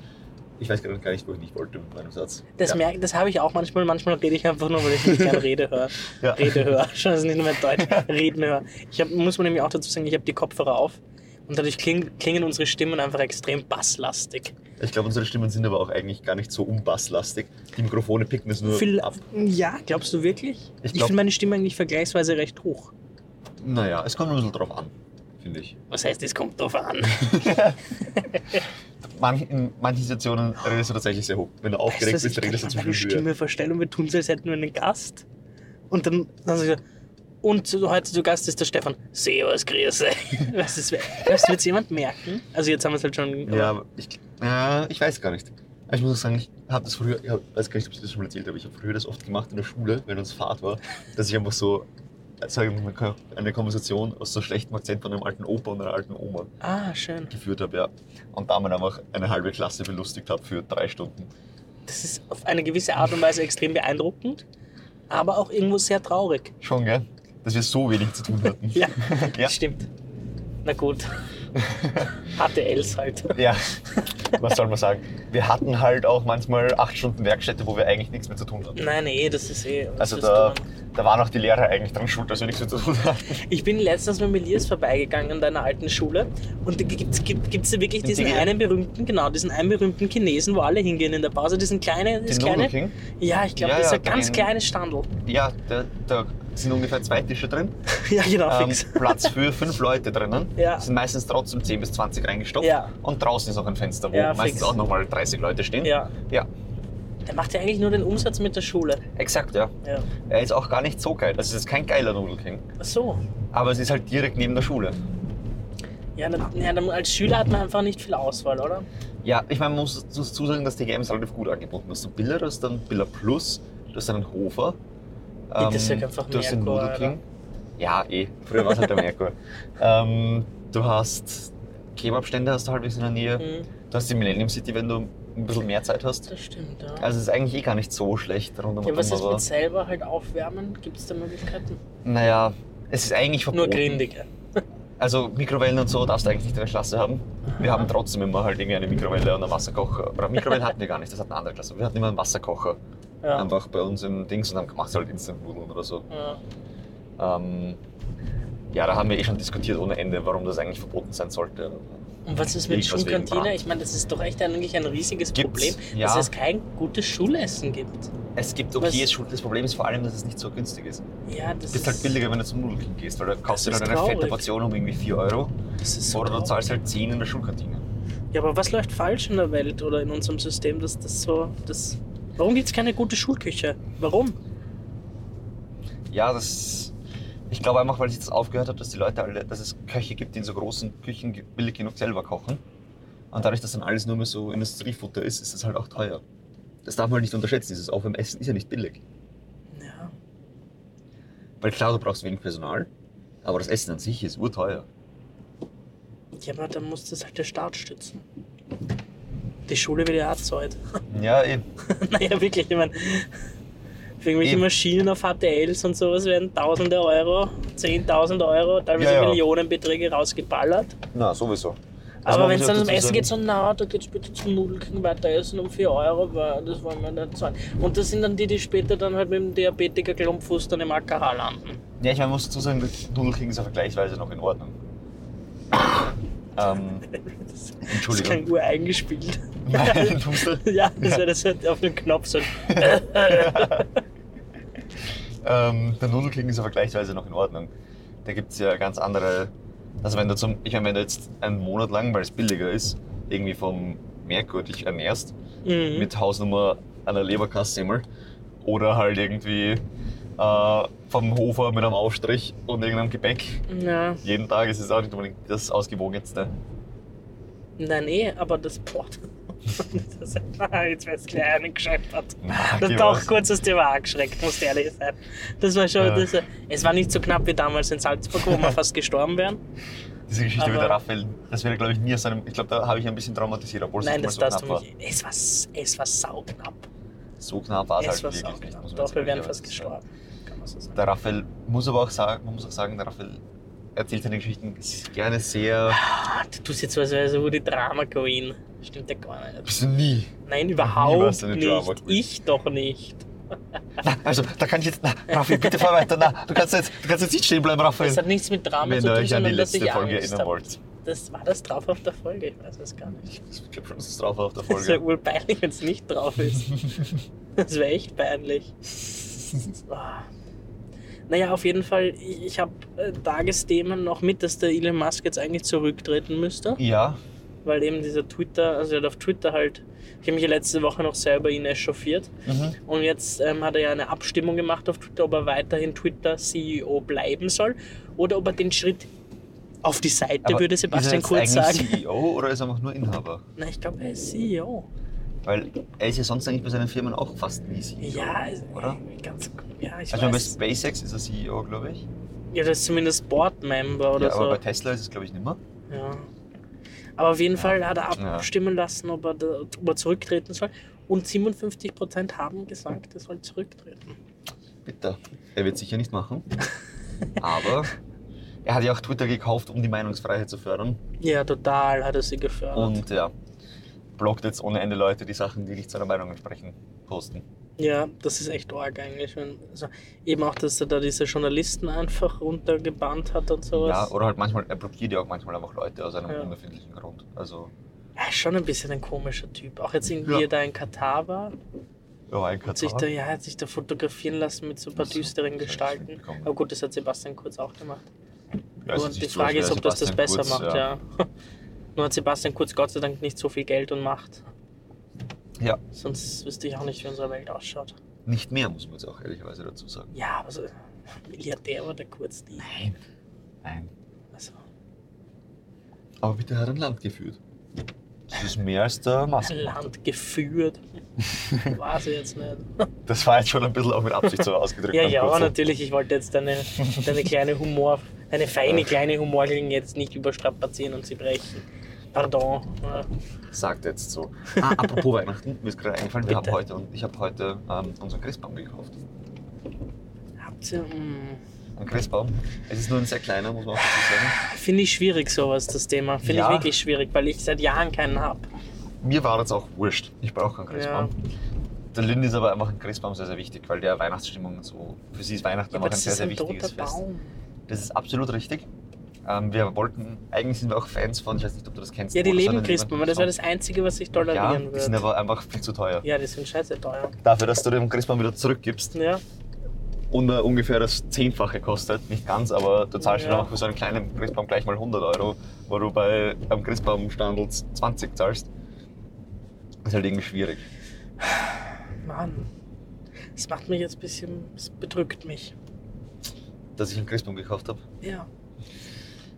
Speaker 1: Ich weiß gerade gar nicht, wo ich nicht wollte mit meinem Satz.
Speaker 2: Das,
Speaker 1: ja.
Speaker 2: merk, das habe ich auch manchmal. Manchmal rede ich einfach nur, weil ich nicht gerne Rede höre.
Speaker 1: ja.
Speaker 2: Rede höre. Schon ist nicht nur mehr Deutsch. Reden höre. Ich hab, muss man nämlich auch dazu sagen, ich habe die Kopfhörer auf. Und dadurch kling, klingen unsere Stimmen einfach extrem basslastig.
Speaker 1: Ich glaube, unsere Stimmen sind aber auch eigentlich gar nicht so unbasslastig. Die Mikrofone picken es nur
Speaker 2: Viel,
Speaker 1: Äh, ab.
Speaker 2: ja, glaubst du wirklich?
Speaker 1: Ich
Speaker 2: Ich,
Speaker 1: glaub-
Speaker 2: finde meine Stimme eigentlich vergleichsweise recht hoch.
Speaker 1: Naja, es kommt ein bisschen drauf an, finde ich.
Speaker 2: Was heißt, es kommt drauf an.
Speaker 1: Manch, in manchen Situationen redest du tatsächlich sehr hoch. Wenn du aufgeregt
Speaker 2: weißt du,
Speaker 1: bist,
Speaker 2: ich
Speaker 1: redest du
Speaker 2: kann
Speaker 1: zu
Speaker 2: meine
Speaker 1: viel höher.
Speaker 2: Stimme verstellen und wir tun so, als hätten wir einen Gast. Und dann, dann so, und so heute zu Gast ist der Stefan. Servus, grüße. Weißt du, das wär- glaubst du, wird es jemand merken? Also jetzt haben wir es halt schon...
Speaker 1: Ja, aber ich, ja, ich weiß gar nicht. Aber Ich muss auch sagen, ich habe das früher, ich hab, weiß gar nicht, ob ich das schon mal erzählt habe, ich habe früher das oft gemacht in der Schule, wenn uns Fahrt war, dass ich einfach so, sagen wir mal, eine Konversation aus so schlechtem Akzent von einem alten Opa und einer alten Oma
Speaker 2: Ah, schön.
Speaker 1: geführt habe, ja. Und damit einfach eine halbe Klasse belustigt habe für drei Stunden.
Speaker 2: Das ist auf eine gewisse Art und Weise extrem beeindruckend, aber auch irgendwo sehr traurig.
Speaker 1: Schon, gell? Dass wir so wenig zu tun hatten.
Speaker 2: Ja,
Speaker 1: Ja.
Speaker 2: das stimmt. Na gut. Hatte Els halt.
Speaker 1: Ja, was soll man sagen? Wir hatten halt auch manchmal acht Stunden Werkstätte, wo wir eigentlich nichts mehr zu tun hatten.
Speaker 2: Nein, nee, das ist eh. das
Speaker 1: Also
Speaker 2: ist
Speaker 1: da,
Speaker 2: dumm.
Speaker 1: da waren auch die Lehrer eigentlich dran schuld, dass wir nichts mehr zu tun hatten.
Speaker 2: Ich bin letztens mit Elias vorbeigegangen an deiner alten Schule und da gibt's, gibt gibt's da wirklich
Speaker 1: Den
Speaker 2: diesen
Speaker 1: Digger.
Speaker 2: einen berühmten, genau, diesen einen berühmten Chinesen, wo alle hingehen in der Pause. Diesen kleinen, das
Speaker 1: Den Noodle
Speaker 2: kleine.
Speaker 1: King?
Speaker 2: Ja, ich glaube,
Speaker 1: Ja,
Speaker 2: das ist
Speaker 1: ja,
Speaker 2: ein ganz
Speaker 1: den-
Speaker 2: kleines Standel.
Speaker 1: Ja, da, da sind ungefähr zwei Tische drin.
Speaker 2: Ja, genau,
Speaker 1: Ähm,
Speaker 2: fix.
Speaker 1: Platz für fünf Leute drinnen.
Speaker 2: Ja.
Speaker 1: Es sind meistens trotzdem 10 bis 20 reingestopft.
Speaker 2: Ja.
Speaker 1: Und draußen ist noch ein Fenster, wo
Speaker 2: Ja,
Speaker 1: meistens
Speaker 2: fix.
Speaker 1: auch nochmal 30 Leute stehen.
Speaker 2: Ja.
Speaker 1: Ja.
Speaker 2: Der macht ja eigentlich nur den Umsatz mit der Schule.
Speaker 1: Exakt, ja.
Speaker 2: Ja.
Speaker 1: Er ist auch gar nicht so geil. Also es ist kein geiler Noodle King.
Speaker 2: Ach so.
Speaker 1: Aber es ist halt direkt neben der Schule.
Speaker 2: Ja, dann, ja dann als Schüler hat man einfach nicht viel Auswahl, oder?
Speaker 1: Ja, ich meine, man muss dazu sagen, dass die GMs relativ gut angeboten hast. Du Biller, du hast dann Biller Plus, du hast einen Hofer. Ähm,
Speaker 2: Ja, das ist ja einfach
Speaker 1: Du hast den
Speaker 2: Merkur,
Speaker 1: Noodle King. Ja, eh. Früher war es halt der Merkur. ähm, du hast Kebabstände hast du halbwegs in der Nähe.
Speaker 2: Mhm,
Speaker 1: Du hast die Millennium City, wenn du ein bisschen mehr Zeit hast.
Speaker 2: das stimmt, ja.
Speaker 1: Also es ist eigentlich eh gar nicht so schlecht rund um
Speaker 2: ja, was ist
Speaker 1: aber,
Speaker 2: mit selber halt aufwärmen? Gibt es da Möglichkeiten?
Speaker 1: Naja, es ist eigentlich verboten.
Speaker 2: Nur grindige.
Speaker 1: Also Mikrowellen und so darfst du eigentlich nicht in der Klasse haben. Wir
Speaker 2: Aha.
Speaker 1: haben trotzdem immer halt irgendwie eine Mikrowelle und einen Wasserkocher. Oder Mikrowelle hatten wir gar nicht, das hat eine andere Klasse. Wir hatten immer einen Wasserkocher.
Speaker 2: Ja.
Speaker 1: einfach bei uns im Dings und haben gemacht halt Instant Nudeln oder so.
Speaker 2: Ja.
Speaker 1: Ähm, ja, da haben wir eh schon diskutiert ohne Ende, warum das eigentlich verboten sein sollte.
Speaker 2: Und was ist mit
Speaker 1: Liegt was wegen
Speaker 2: Schulkantine?
Speaker 1: Brand.
Speaker 2: Ich meine, das ist doch echt eigentlich ein riesiges
Speaker 1: Gibt's,
Speaker 2: Problem,
Speaker 1: ja.
Speaker 2: dass es kein gutes Schulessen gibt.
Speaker 1: Es gibt
Speaker 2: Was-
Speaker 1: okay, es schuld. Das Problem ist vor allem, dass es nicht so günstig ist.
Speaker 2: Ja, das
Speaker 1: Es ist halt billiger, wenn du zum Nudelkind gehst, weil da kaufst du
Speaker 2: Das
Speaker 1: dann
Speaker 2: ist
Speaker 1: eine fette
Speaker 2: traurig.
Speaker 1: Portion um irgendwie 4 Euro
Speaker 2: Das ist so
Speaker 1: oder du
Speaker 2: traurig.
Speaker 1: zahlst halt 10 in der Schulkantine.
Speaker 2: ja, aber was läuft falsch in der Welt oder in unserem System, dass das so. Das, warum gibt es keine gute Schulküche? Warum?
Speaker 1: Ja, das Ich glaube einfach, weil ich das aufgehört habe, dass die Leute alle, dass es Köche gibt, die in so großen Küchen ge- billig genug selber kochen. Und dadurch, dass dann alles nur mehr so Industriefutter ist, ist es halt auch teuer. Das darf man halt nicht unterschätzen. Dieses Auf im Essen ist ja nicht billig.
Speaker 2: Ja.
Speaker 1: Weil klar, du brauchst wenig Personal, aber das Essen an sich ist urteuer.
Speaker 2: ja, aber dann muss das halt der Staat stützen. Die Schule wird ja auch zahlt.
Speaker 1: Ja, eh. eben.
Speaker 2: naja, wirklich, ich meine, für irgendwelche
Speaker 1: Eben.
Speaker 2: Maschinen auf HTLs und sowas werden tausende Euro, 10.000 Euro, teilweise
Speaker 1: Ja, ja.
Speaker 2: Millionenbeträge rausgeballert.
Speaker 1: Na, sowieso. Also man
Speaker 2: Aber wenn
Speaker 1: muss
Speaker 2: es
Speaker 1: ja
Speaker 2: dann um
Speaker 1: dazu
Speaker 2: Essen
Speaker 1: sagen-
Speaker 2: geht, so, na, da geht's bitte zum Nudelking weiter essen um 4 Euro, weil das wollen wir nicht zahlen. Und das sind dann die, die später dann halt mit dem Diabetiker Klumpfuß dann im AKH landen.
Speaker 1: Ja, ich meine, man muss dazu sagen, das Nudelking ist ja vergleichsweise noch in Ordnung. ähm,
Speaker 2: Das, das
Speaker 1: Entschuldigung.
Speaker 2: klingt ureingespielt.
Speaker 1: Nein, Dummste.
Speaker 2: ja, das wäre das halt auf den Knopf so.
Speaker 1: ähm, der Nudelking ist ja vergleichsweise noch in Ordnung. Da gibt es ja ganz andere. Also, wenn du zum. Ich meine, wenn du jetzt einen Monat lang, weil es billiger ist, irgendwie vom Merkur dich ernährst,
Speaker 2: Mhm.
Speaker 1: mit Hausnummer einer Leberkassemmel oder halt irgendwie äh, vom Hofer mit einem Aufstrich und irgendeinem Gebäck.
Speaker 2: Ja,
Speaker 1: Jeden Tag ist es auch nicht unbedingt das Ausgewogenste.
Speaker 2: nein, eh, aber das Port. das, Ah, jetzt wäre es gleich einen gescheitert.
Speaker 1: Na,
Speaker 2: Das
Speaker 1: geh
Speaker 2: hat auch
Speaker 1: was.
Speaker 2: kurz das Thema angeschreckt, muss ich ehrlich sein. Das war schon,
Speaker 1: Ja.
Speaker 2: das, es war nicht so knapp wie damals in Salzburg, wo wir fast gestorben wären.
Speaker 1: Diese Geschichte mit
Speaker 2: Aber-
Speaker 1: der Raphael, das wäre, glaube ich, nie aus einem. Ich glaube, da habe ich ein bisschen traumatisiert, obwohl es
Speaker 2: Nein, das
Speaker 1: nicht
Speaker 2: darfst
Speaker 1: mal so Ah,
Speaker 2: du
Speaker 1: knapp
Speaker 2: nicht. Es war, es war sauknapp.
Speaker 1: war. So knapp war es
Speaker 2: Es
Speaker 1: halt
Speaker 2: war
Speaker 1: wirklich nicht.
Speaker 2: sauknapp.
Speaker 1: muss man
Speaker 2: Doch,
Speaker 1: jetzt
Speaker 2: wir wären
Speaker 1: ehrlicherweise
Speaker 2: fast
Speaker 1: sagen.
Speaker 2: gestorben. Kann man so sagen.
Speaker 1: Der Raphael muss aber auch sagen, man muss auch sagen, der Raphael erzählt seine Geschichten gerne sehr.
Speaker 2: Ah, du tust jetzt so, als wäre so die Drama Queen. Stimmt ja gar nicht.
Speaker 1: Bist du nie.
Speaker 2: Nein,
Speaker 1: warst
Speaker 2: überhaupt
Speaker 1: du eine Drama
Speaker 2: nicht.
Speaker 1: Queen.
Speaker 2: Ich doch nicht.
Speaker 1: Na, also, da kann ich jetzt. Na, Raphael, bitte fahr weiter. Na, du kannst jetzt, du kannst jetzt nicht stehen bleiben, Raphael.
Speaker 2: Das hat nichts mit Drama
Speaker 1: Wenn
Speaker 2: zu
Speaker 1: ihr
Speaker 2: tun,
Speaker 1: euch an die
Speaker 2: sondern dass
Speaker 1: letzte
Speaker 2: ich
Speaker 1: Folge
Speaker 2: Angst
Speaker 1: erinnern
Speaker 2: habe.
Speaker 1: wollt.
Speaker 2: Das war das drauf auf der Folge. Ich weiß es gar
Speaker 1: Ich
Speaker 2: nicht.
Speaker 1: ich glaube schon, dass es drauf war auf der
Speaker 2: Das ist ja
Speaker 1: Folge.
Speaker 2: urpeinlich, wenn es nicht drauf ist. Das wäre echt peinlich. Ah. Naja, auf jeden Fall, ich, ich habe äh, Tagesthemen noch mit, dass der Elon Musk jetzt eigentlich zurücktreten müsste,
Speaker 1: ja,
Speaker 2: weil eben dieser Twitter, also er hat auf Twitter halt, ich habe mich ja letzte Woche noch sehr über ihn echauffiert
Speaker 1: mhm.
Speaker 2: und jetzt ähm, hat er ja eine Abstimmung gemacht auf Twitter, ob er weiterhin Twitter-CEO bleiben soll oder ob er den Schritt auf die Seite,
Speaker 1: Aber
Speaker 2: würde Sebastian Kurz
Speaker 1: Ist er jetzt
Speaker 2: sagen.
Speaker 1: eigentlich E CEO oder ist er einfach nur Inhaber?
Speaker 2: Na, ich glaube, er ist E CEO.
Speaker 1: Weil er ist ja sonst eigentlich bei seinen Firmen auch fast nie CEO.
Speaker 2: Ja, ist-
Speaker 1: Oder?
Speaker 2: Ganz, ja, ich
Speaker 1: Also bei
Speaker 2: weiß.
Speaker 1: SpaceX ist er CEO, glaube ich.
Speaker 2: Ja, das ist zumindest Board-Member oder
Speaker 1: ja, aber
Speaker 2: so.
Speaker 1: bei Tesla ist es, glaube ich, nimmer.
Speaker 2: Ja. Aber auf jeden Fall hat er
Speaker 1: Ja.
Speaker 2: abstimmen lassen, ob er, da, ob er zurücktreten soll. Und 57% haben gesagt, er soll zurücktreten.
Speaker 1: Bitte. Er wird sicher nicht machen. aber er hat ja auch Twitter gekauft, um die Meinungsfreiheit zu fördern.
Speaker 2: Ja, total hat er sie gefördert.
Speaker 1: Und ja, blockt jetzt ohne Ende Leute die Sachen, die nicht seiner Meinung entsprechen, posten.
Speaker 2: ja, das ist echt arg eigentlich. Wenn, also, eben auch, dass er da diese Journalisten einfach runtergebannt hat und
Speaker 1: Ja,
Speaker 2: sowas.
Speaker 1: oder halt manchmal, er blockiert ja auch manchmal einfach Leute aus einem
Speaker 2: Ja.
Speaker 1: unerfindlichen Grund. Also,
Speaker 2: Er ist Ah, schon ein bisschen ein komischer Typ. Auch jetzt irgendwie,
Speaker 1: Ja.
Speaker 2: wie er da in Katar war,
Speaker 1: ja, ein
Speaker 2: hat sich,
Speaker 1: Katar.
Speaker 2: da, ja, hat sich da fotografieren lassen mit so ein paar
Speaker 1: Ach so, das hab
Speaker 2: düsteren
Speaker 1: ich nicht
Speaker 2: Gestalten.
Speaker 1: mitbekommen.
Speaker 2: Aber gut, das hat Sebastian Kurz auch gemacht.
Speaker 1: Ja, also ist jetzt
Speaker 2: und die
Speaker 1: nicht so,
Speaker 2: Frage
Speaker 1: als
Speaker 2: ist,
Speaker 1: wäre
Speaker 2: ob das das besser
Speaker 1: Sebastian Kurz,
Speaker 2: macht, ja. Nur hat Sebastian Kurz Gott sei Dank nicht so viel Geld und Macht.
Speaker 1: Ja.
Speaker 2: Sonst wüsste ich auch nicht, wie unsere Welt ausschaut.
Speaker 1: Nicht mehr, muss man jetzt auch ehrlicherweise dazu sagen.
Speaker 2: Ja, aber so Milliardär war der Kurz nie.
Speaker 1: Nein. Nein.
Speaker 2: Also,
Speaker 1: Aber bitte hat er ein Land geführt. Das ist mehr als der
Speaker 2: ein
Speaker 1: Maske.
Speaker 2: Land geführt. Weiß ich jetzt nicht.
Speaker 1: Das war jetzt schon ein bisschen auch mit Absicht so ausgedrückt.
Speaker 2: Ja,
Speaker 1: beim
Speaker 2: ja,
Speaker 1: Kurzen.
Speaker 2: natürlich. Ich wollte jetzt deine, deine kleine Humor, deine feine kleine Humorlinie jetzt nicht überstrapazieren und sie brechen. Pardon. Ja.
Speaker 1: Sagt er jetzt so. Ah, apropos Weihnachten, mir ist gerade eingefallen, wir haben
Speaker 2: Bitte.
Speaker 1: heute, ich habe heute ähm, unseren Christbaum gekauft.
Speaker 2: Habt ihr.
Speaker 1: hm.
Speaker 2: mm.
Speaker 1: Ein Christbaum. Es ist nur ein sehr kleiner, muss man auch dazu sagen.
Speaker 2: Finde ich schwierig, sowas, das Thema. Finde
Speaker 1: Ja.
Speaker 2: ich wirklich schwierig, weil ich seit Jahren keinen habe.
Speaker 1: Mir war das auch wurscht. Ich brauche keinen Christbaum. Der Lind ist aber einfach ein Christbaum sehr, sehr wichtig, weil der Weihnachtsstimmung und so. Für sie ist Weihnachten einfach
Speaker 2: Ja, aber
Speaker 1: ein
Speaker 2: das
Speaker 1: sehr,
Speaker 2: ist
Speaker 1: sehr
Speaker 2: ein toter
Speaker 1: wichtiges Fest.
Speaker 2: Baum.
Speaker 1: Das ist absolut richtig. Ähm, wir wollten, eigentlich sind wir auch Fans von, ich weiß nicht, ob du das kennst.
Speaker 2: Ja, die
Speaker 1: oder so
Speaker 2: leben
Speaker 1: einen
Speaker 2: Christbaum, das war das Einzige, was ich tolerieren
Speaker 1: Ja, die sind
Speaker 2: würde.
Speaker 1: aber einfach viel zu teuer.
Speaker 2: Ja, die sind scheiße teuer.
Speaker 1: Dafür, dass du dem Christbaum wieder zurückgibst
Speaker 2: Ja,
Speaker 1: und er ungefähr das Zehnfache kostet, nicht ganz, aber du zahlst
Speaker 2: Ja.
Speaker 1: dann auch für so einen kleinen Christbaum gleich mal 100 Euro, wo du bei einem Christbaumstandel 20 zahlst. Ist halt irgendwie schwierig.
Speaker 2: Mann. Das macht mich jetzt ein bisschen, das bedrückt mich.
Speaker 1: dass ich einen Christbaum gekauft habe.
Speaker 2: Ja.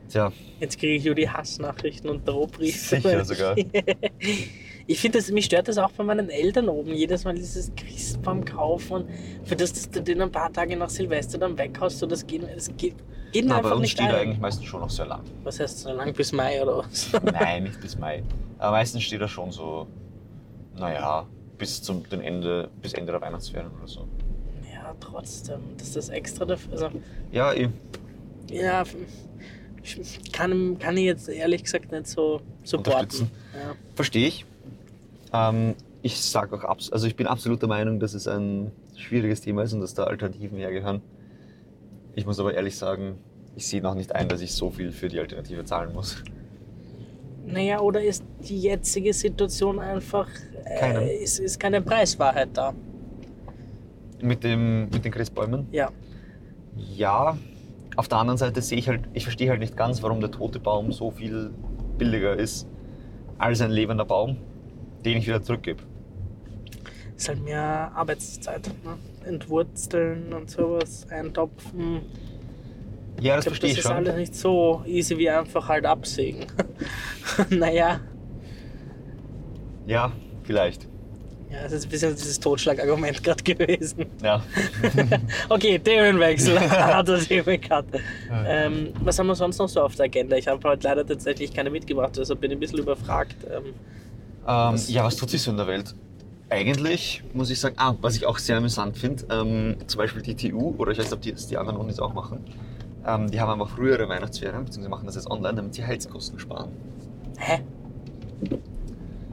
Speaker 1: Tja,
Speaker 2: Jetzt kriege ich nur die Hassnachrichten und Drohbriefe.
Speaker 1: sicher sogar.
Speaker 2: Ich finde, das- mich stört das auch bei meinen Eltern oben. Jedes Mal dieses Christbaum kaufen und für das, dass du den ein paar Tage nach Silvester dann weghaust, so, das geht, das geht, geht mir
Speaker 1: Na, bei
Speaker 2: einfach
Speaker 1: uns
Speaker 2: nicht
Speaker 1: steht er eigentlich
Speaker 2: ein.
Speaker 1: meistens schon noch sehr lang.
Speaker 2: Was heißt so lang bis Mai oder was?
Speaker 1: Nein, nicht bis Mai. Aber meistens steht er schon so, naja, bis zum den Ende, bis Ende der Weihnachtsferien oder so.
Speaker 2: Ja, trotzdem, dass das extra dafür. Also,
Speaker 1: Ja, eh.
Speaker 2: ja, ich kann, kann ich jetzt ehrlich gesagt nicht so supporten.
Speaker 1: Unterstützen.
Speaker 2: Ja.
Speaker 1: Verstehe ich. Ähm, ich sag auch abs also ich bin absolut der Meinung, dass es ein schwieriges Thema ist und dass da Alternativen hergehören. Ich muss aber ehrlich sagen, ich sehe noch nicht ein, dass ich so viel für die Alternative zahlen muss.
Speaker 2: Naja, oder ist die jetzige Situation einfach. Äh,
Speaker 1: Keine.
Speaker 2: Ist, ist keine Preiswahrheit da.
Speaker 1: Mit, dem, mit den Christbäumen?
Speaker 2: Ja.
Speaker 1: Ja. Auf der anderen Seite sehe ich halt, ich verstehe halt nicht ganz, warum der tote Baum so viel billiger ist als ein lebender Baum, den ich wieder zurückgebe.
Speaker 2: Ist halt mehr Arbeitszeit. Ne? Entwurzeln und sowas, eintopfen.
Speaker 1: Ja, das Hm,
Speaker 2: Ich glaube,
Speaker 1: verstehe
Speaker 2: das
Speaker 1: ich
Speaker 2: ist
Speaker 1: schon.
Speaker 2: alles nicht so easy wie einfach halt absägen. naja,
Speaker 1: Ja, vielleicht.
Speaker 2: ja, das ist ein bisschen dieses Totschlagargument gerade gewesen.
Speaker 1: Ja. Ähm,
Speaker 2: Okay, Themenwechsel. Harter Themencut. Ähm, was haben wir sonst noch so auf der Agenda? Ich habe heute leider tatsächlich keine mitgebracht, also bin ein bisschen überfragt. Ähm,
Speaker 1: Ähm,
Speaker 2: Was-
Speaker 1: ja, was tut sich so in der Welt? Eigentlich muss ich sagen, ah, was ich auch sehr amüsant finde, ähm, zum Beispiel die TU, oder ich weiß nicht, ob die, das die anderen Unis auch machen, ähm, die haben einfach frühere Weihnachtsferien, beziehungsweise machen das jetzt online, damit sie Heizkosten sparen.
Speaker 2: hä?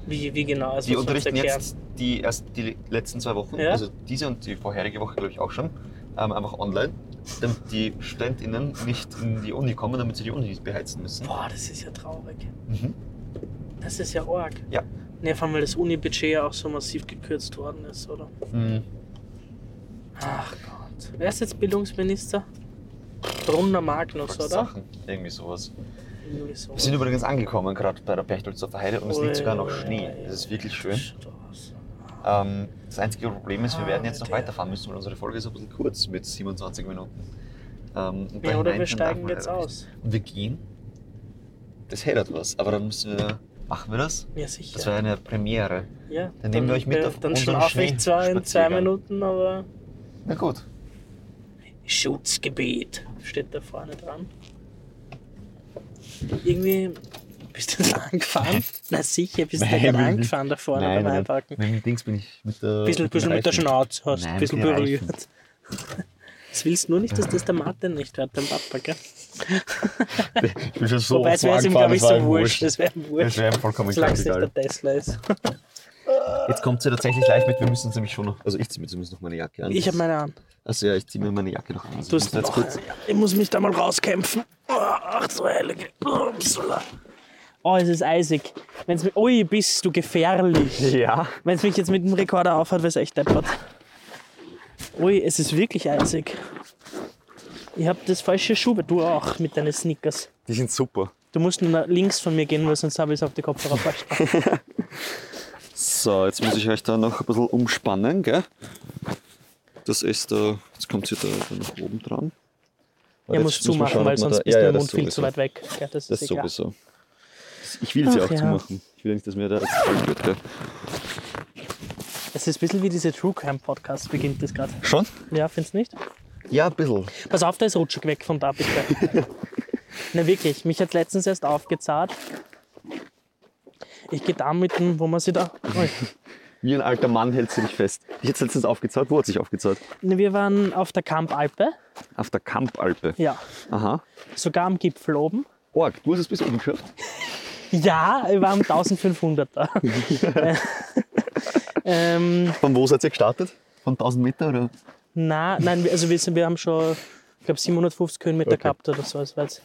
Speaker 2: Wie, wie genau? Also
Speaker 1: die
Speaker 2: muss man das
Speaker 1: unterrichten
Speaker 2: erklären?
Speaker 1: jetzt die, erst die letzten zwei Wochen,
Speaker 2: Ja.
Speaker 1: also diese und die vorherige Woche, glaube ich, auch schon, ähm, einfach online, damit die StudentInnen nicht in die Uni kommen, damit sie die Uni nicht beheizen müssen.
Speaker 2: Boah, das ist ja traurig.
Speaker 1: Mhm.
Speaker 2: Das ist ja arg.
Speaker 1: Ja.
Speaker 2: Ne, vor allem, weil das Uni-Budget ja auch so massiv gekürzt worden ist, oder?
Speaker 1: Mhm.
Speaker 2: Ach Gott. Wer ist jetzt Bildungsminister? Brunner Magnus,
Speaker 1: Fragst
Speaker 2: oder?
Speaker 1: Sachen, irgendwie sowas.
Speaker 2: Irgendwie so.
Speaker 1: Wir sind übrigens angekommen, gerade bei der Pechtolzer Heide, und es liegt sogar noch
Speaker 2: Ui,
Speaker 1: Schnee. Es ist wirklich schön.
Speaker 2: Straße.
Speaker 1: Ähm, das einzige Problem ist, wir
Speaker 2: Ah,
Speaker 1: werden jetzt noch
Speaker 2: Alter.
Speaker 1: weiterfahren müssen, weil unsere Folge ist ein bisschen kurz mit 27 Minuten. Ähm, und da
Speaker 2: Ja, oder
Speaker 1: hinein
Speaker 2: wir
Speaker 1: kann- darf
Speaker 2: steigen
Speaker 1: man
Speaker 2: jetzt
Speaker 1: leider
Speaker 2: aus.
Speaker 1: nicht. Und wir gehen. Das hält etwas, aber dann müssen wir. Machen wir das?
Speaker 2: Ja, sicher.
Speaker 1: Das wäre eine Premiere.
Speaker 2: ja,
Speaker 1: dann nehmen wir euch mit auf
Speaker 2: Dann
Speaker 1: unseren
Speaker 2: schlafe ich zwar in zwei
Speaker 1: Schneespaziergang.
Speaker 2: Minuten, aber.
Speaker 1: Na gut.
Speaker 2: Schutzgebiet steht da vorne dran. Irgendwie. Bist du da angefahren? Na sicher, bist du da
Speaker 1: Nein,
Speaker 2: gerade
Speaker 1: bin ich
Speaker 2: angefahren da vorne
Speaker 1: Nein,
Speaker 2: beim
Speaker 1: nein.
Speaker 2: Einparken.
Speaker 1: Mit dem Dings bin ich mit der.
Speaker 2: Bisschen,
Speaker 1: mit dem
Speaker 2: bisschen mit der
Speaker 1: Reifen.
Speaker 2: Schnauze hast,
Speaker 1: Nein,
Speaker 2: ein bisschen
Speaker 1: mit den Reifen.
Speaker 2: berührt. Das willst du nur nicht, dass das der Martin nicht hört, dein Papa, gell?
Speaker 1: Ich bin schon so
Speaker 2: Wobei, es
Speaker 1: oft
Speaker 2: wäre ihm,
Speaker 1: angefahren,
Speaker 2: glaube ich,
Speaker 1: es war
Speaker 2: so
Speaker 1: ihm
Speaker 2: wurscht. Das wäre ihm
Speaker 1: Das
Speaker 2: wurscht,
Speaker 1: wäre ihm vollkommen
Speaker 2: solange es nicht
Speaker 1: egal.
Speaker 2: der Tesla ist.
Speaker 1: Jetzt kommt sie tatsächlich live mit, wir müssen uns nämlich schon noch. Also ich ziehe mir zumindest noch meine Jacke an.
Speaker 2: Ich habe meine an.
Speaker 1: Also ja, ich ziehe mir meine Jacke noch an. Also
Speaker 2: Du
Speaker 1: ich
Speaker 2: hast
Speaker 1: muss jetzt
Speaker 2: noch
Speaker 1: kurz.
Speaker 2: eine. Ich muss mich da mal rauskämpfen. Oh, Ach, so heilige. Upsala. Oh, es ist eisig. Wenn's mi- Ui, bist du gefährlich.
Speaker 1: Ja.
Speaker 2: Wenn es mich jetzt mit dem Rekorder aufhört, wäre es echt deppert. Ui, es ist wirklich eisig. Ich habe das falsche Schuhe. Du auch mit deinen Sneakers.
Speaker 1: Die sind super.
Speaker 2: Du musst nur nach links von mir gehen, weil sonst habe ich es auf die Kopfhörer falsch. gemacht.
Speaker 1: So, jetzt muss ich euch da noch ein bisschen umspannen, gell? Das ist da, jetzt kommt sie da, da nach oben dran. Und
Speaker 2: Er
Speaker 1: jetzt
Speaker 2: muss
Speaker 1: man
Speaker 2: zumachen,
Speaker 1: schauen, ob
Speaker 2: weil
Speaker 1: man
Speaker 2: sonst
Speaker 1: da-
Speaker 2: bist
Speaker 1: ja,
Speaker 2: du
Speaker 1: ja,
Speaker 2: im
Speaker 1: das
Speaker 2: Mund viel
Speaker 1: sowieso.
Speaker 2: zu weit weg. Ja, das ist
Speaker 1: Das
Speaker 2: egal.
Speaker 1: sowieso. Ich will sie
Speaker 2: Ach
Speaker 1: auch
Speaker 2: ja.
Speaker 1: zumachen. Ich will nicht, dass mir da jetzt voll wird, gell?
Speaker 2: Es ist ein bisschen wie diese True Crime Podcast, beginnt das gerade.
Speaker 1: Schon?
Speaker 2: Ja, findest du nicht?
Speaker 1: Ja, ein bisschen.
Speaker 2: Pass auf, da ist Rutschig weg von da, bitte. Na wirklich, mich hat letztens erst aufgezahlt. Ich gehe da mit dem, wo man sie da. Ui.
Speaker 1: Wie ein alter Mann hält sie dich fest. Ich hätte letztens aufgezahlt. Wo hat sich aufgezahlt?
Speaker 2: Na, Wir waren auf der Kampalpe.
Speaker 1: Auf der Kampalpe.
Speaker 2: Ja.
Speaker 1: Aha.
Speaker 2: Sogar am Gipfel oben.
Speaker 1: Org, du hast es bis oben geschafft.
Speaker 2: Ja, ich war am 1500er. ähm,
Speaker 1: Von wo seid ihr gestartet? Von 1000 Meter oder?
Speaker 2: na, nein, wir- also wir, sind, wir haben schon, ich glaube, 750 Höhenmeter
Speaker 1: Okay.
Speaker 2: gehabt oder so. Also jetzt,
Speaker 1: Das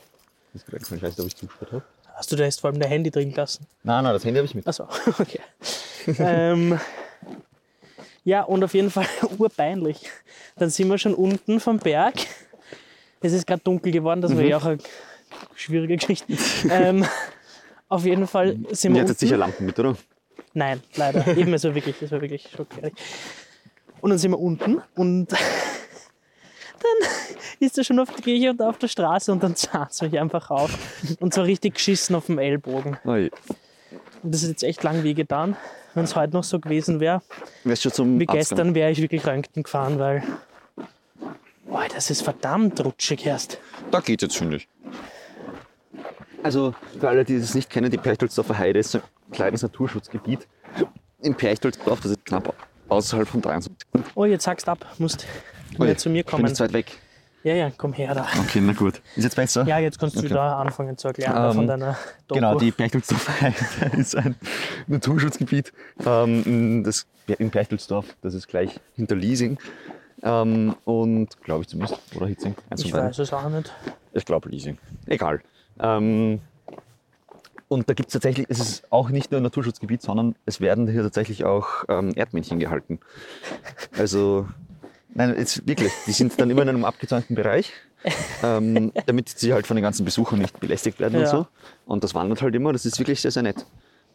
Speaker 1: ist ich weiß nicht, ob ich zugeschaut habe.
Speaker 2: hast du da jetzt vor allem dein Handy drin gelassen?
Speaker 1: Nein, nein, das Handy habe ich mit.
Speaker 2: Achso, okay. ähm, ja, und auf jeden Fall urpeinlich. Dann sind wir schon unten vom Berg. Es ist gerade dunkel geworden, das war
Speaker 1: Mhm.
Speaker 2: ja auch eine schwierige Geschichte. ähm, auf jeden Fall sind
Speaker 1: Ihr hattet
Speaker 2: wir unten.
Speaker 1: Mhm. sicher Lampen mit, oder?
Speaker 2: Nein, leider. Eben, es war wirklich, es war wirklich schockierend. Und dann sind wir unten und dann ist er schon auf der Kirche und auf der Straße und dann zahlt er mich einfach auf. Und zwar richtig geschissen auf dem Ellbogen.
Speaker 1: Oi.
Speaker 2: Und das ist jetzt echt lang wehgetan. Wenn es heute noch so gewesen wäre,
Speaker 1: Wärst schon zum
Speaker 2: wie
Speaker 1: Arzt gegangen?
Speaker 2: gestern, wäre ich wirklich Röntgen gefahren, weil. Boah, das ist verdammt rutschig erst.
Speaker 1: Da geht jetzt schon nicht. Also für alle, die das nicht kennen, die Perchtoldsdorfer Heide ist so ein kleines Naturschutzgebiet in Perchtoldsdorf, das ist knapp außerhalb von 23.
Speaker 2: Oh, jetzt sagst ab, musst
Speaker 1: Ui,
Speaker 2: wieder zu mir
Speaker 1: Oh Ich bin
Speaker 2: kommen.
Speaker 1: jetzt weit weg.
Speaker 2: Ja, ja, komm her da.
Speaker 1: Okay, na gut. Ist jetzt besser?
Speaker 2: Ja, jetzt kannst du
Speaker 1: Okay.
Speaker 2: wieder anfangen zu erklären da
Speaker 1: Ähm,
Speaker 2: von deiner Doku.
Speaker 1: Genau, die Perchtoldsdorfer Heide ist ein Naturschutzgebiet ähm, das, in Perchtoldsdorf. Das ist gleich hinter Liesing. Ähm, und glaube ich zumindest. Oder Hitzing. Eins von
Speaker 2: ich
Speaker 1: beiden.
Speaker 2: weiß es auch nicht.
Speaker 1: Ich glaube Leasing. Egal. Ähm, und da gibt es tatsächlich, es ist auch nicht nur ein Naturschutzgebiet, sondern es werden hier tatsächlich auch ähm, Erdmännchen gehalten. Also, nein, jetzt wirklich, die sind dann immer in einem abgezäunten Bereich, ähm, damit sie halt von den ganzen Besuchern nicht belästigt werden und
Speaker 2: Ja.
Speaker 1: so. Und das wandert halt immer, das ist wirklich sehr, sehr nett.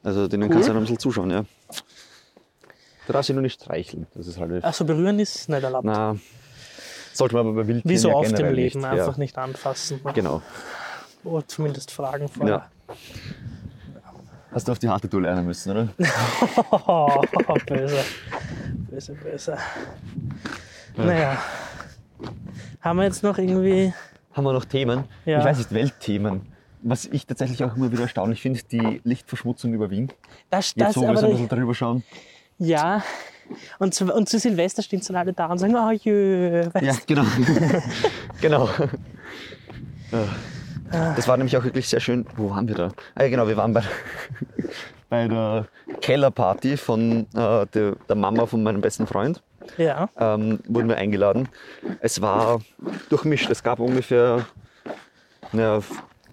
Speaker 1: Also, denen kannst du dann ein bisschen zuschauen, ja. Du darfst sie nur nicht streicheln, das ist halt.
Speaker 2: Also berühren ist nicht erlaubt.
Speaker 1: Na, sollte man aber bei Wildtieren
Speaker 2: Wie so
Speaker 1: ja
Speaker 2: oft im
Speaker 1: generell
Speaker 2: Leben,
Speaker 1: nicht,
Speaker 2: einfach
Speaker 1: ja.
Speaker 2: nicht anfassen.
Speaker 1: Genau.
Speaker 2: Oder zumindest fragen vorher.
Speaker 1: Hast du auf die harte Tour lernen müssen, oder?
Speaker 2: Oh, böse. Böse, böse. Naja. Haben wir jetzt noch irgendwie.
Speaker 1: Haben wir noch Themen?
Speaker 2: Ja.
Speaker 1: Ich weiß nicht, Weltthemen. Was ich tatsächlich auch immer wieder erstaunlich finde, die Lichtverschmutzung über Wien.
Speaker 2: Das,
Speaker 1: Jetzt,
Speaker 2: das,
Speaker 1: wo wir
Speaker 2: aber
Speaker 1: so ein bisschen drüber schauen.
Speaker 2: ja. Und zu, und zu Silvester stehen sie dann alle da und sagen, oh jö, weißt
Speaker 1: Ja, genau. genau. Ja. Das war nämlich auch wirklich sehr schön. Wo waren wir da? Ah, ja, genau, wir waren bei, bei der Kellerparty von äh, der, der Mama von meinem besten Freund.
Speaker 2: du. Ja.
Speaker 1: ähm, wurden wir eingeladen. Es war durchmischt. Es gab ungefähr na,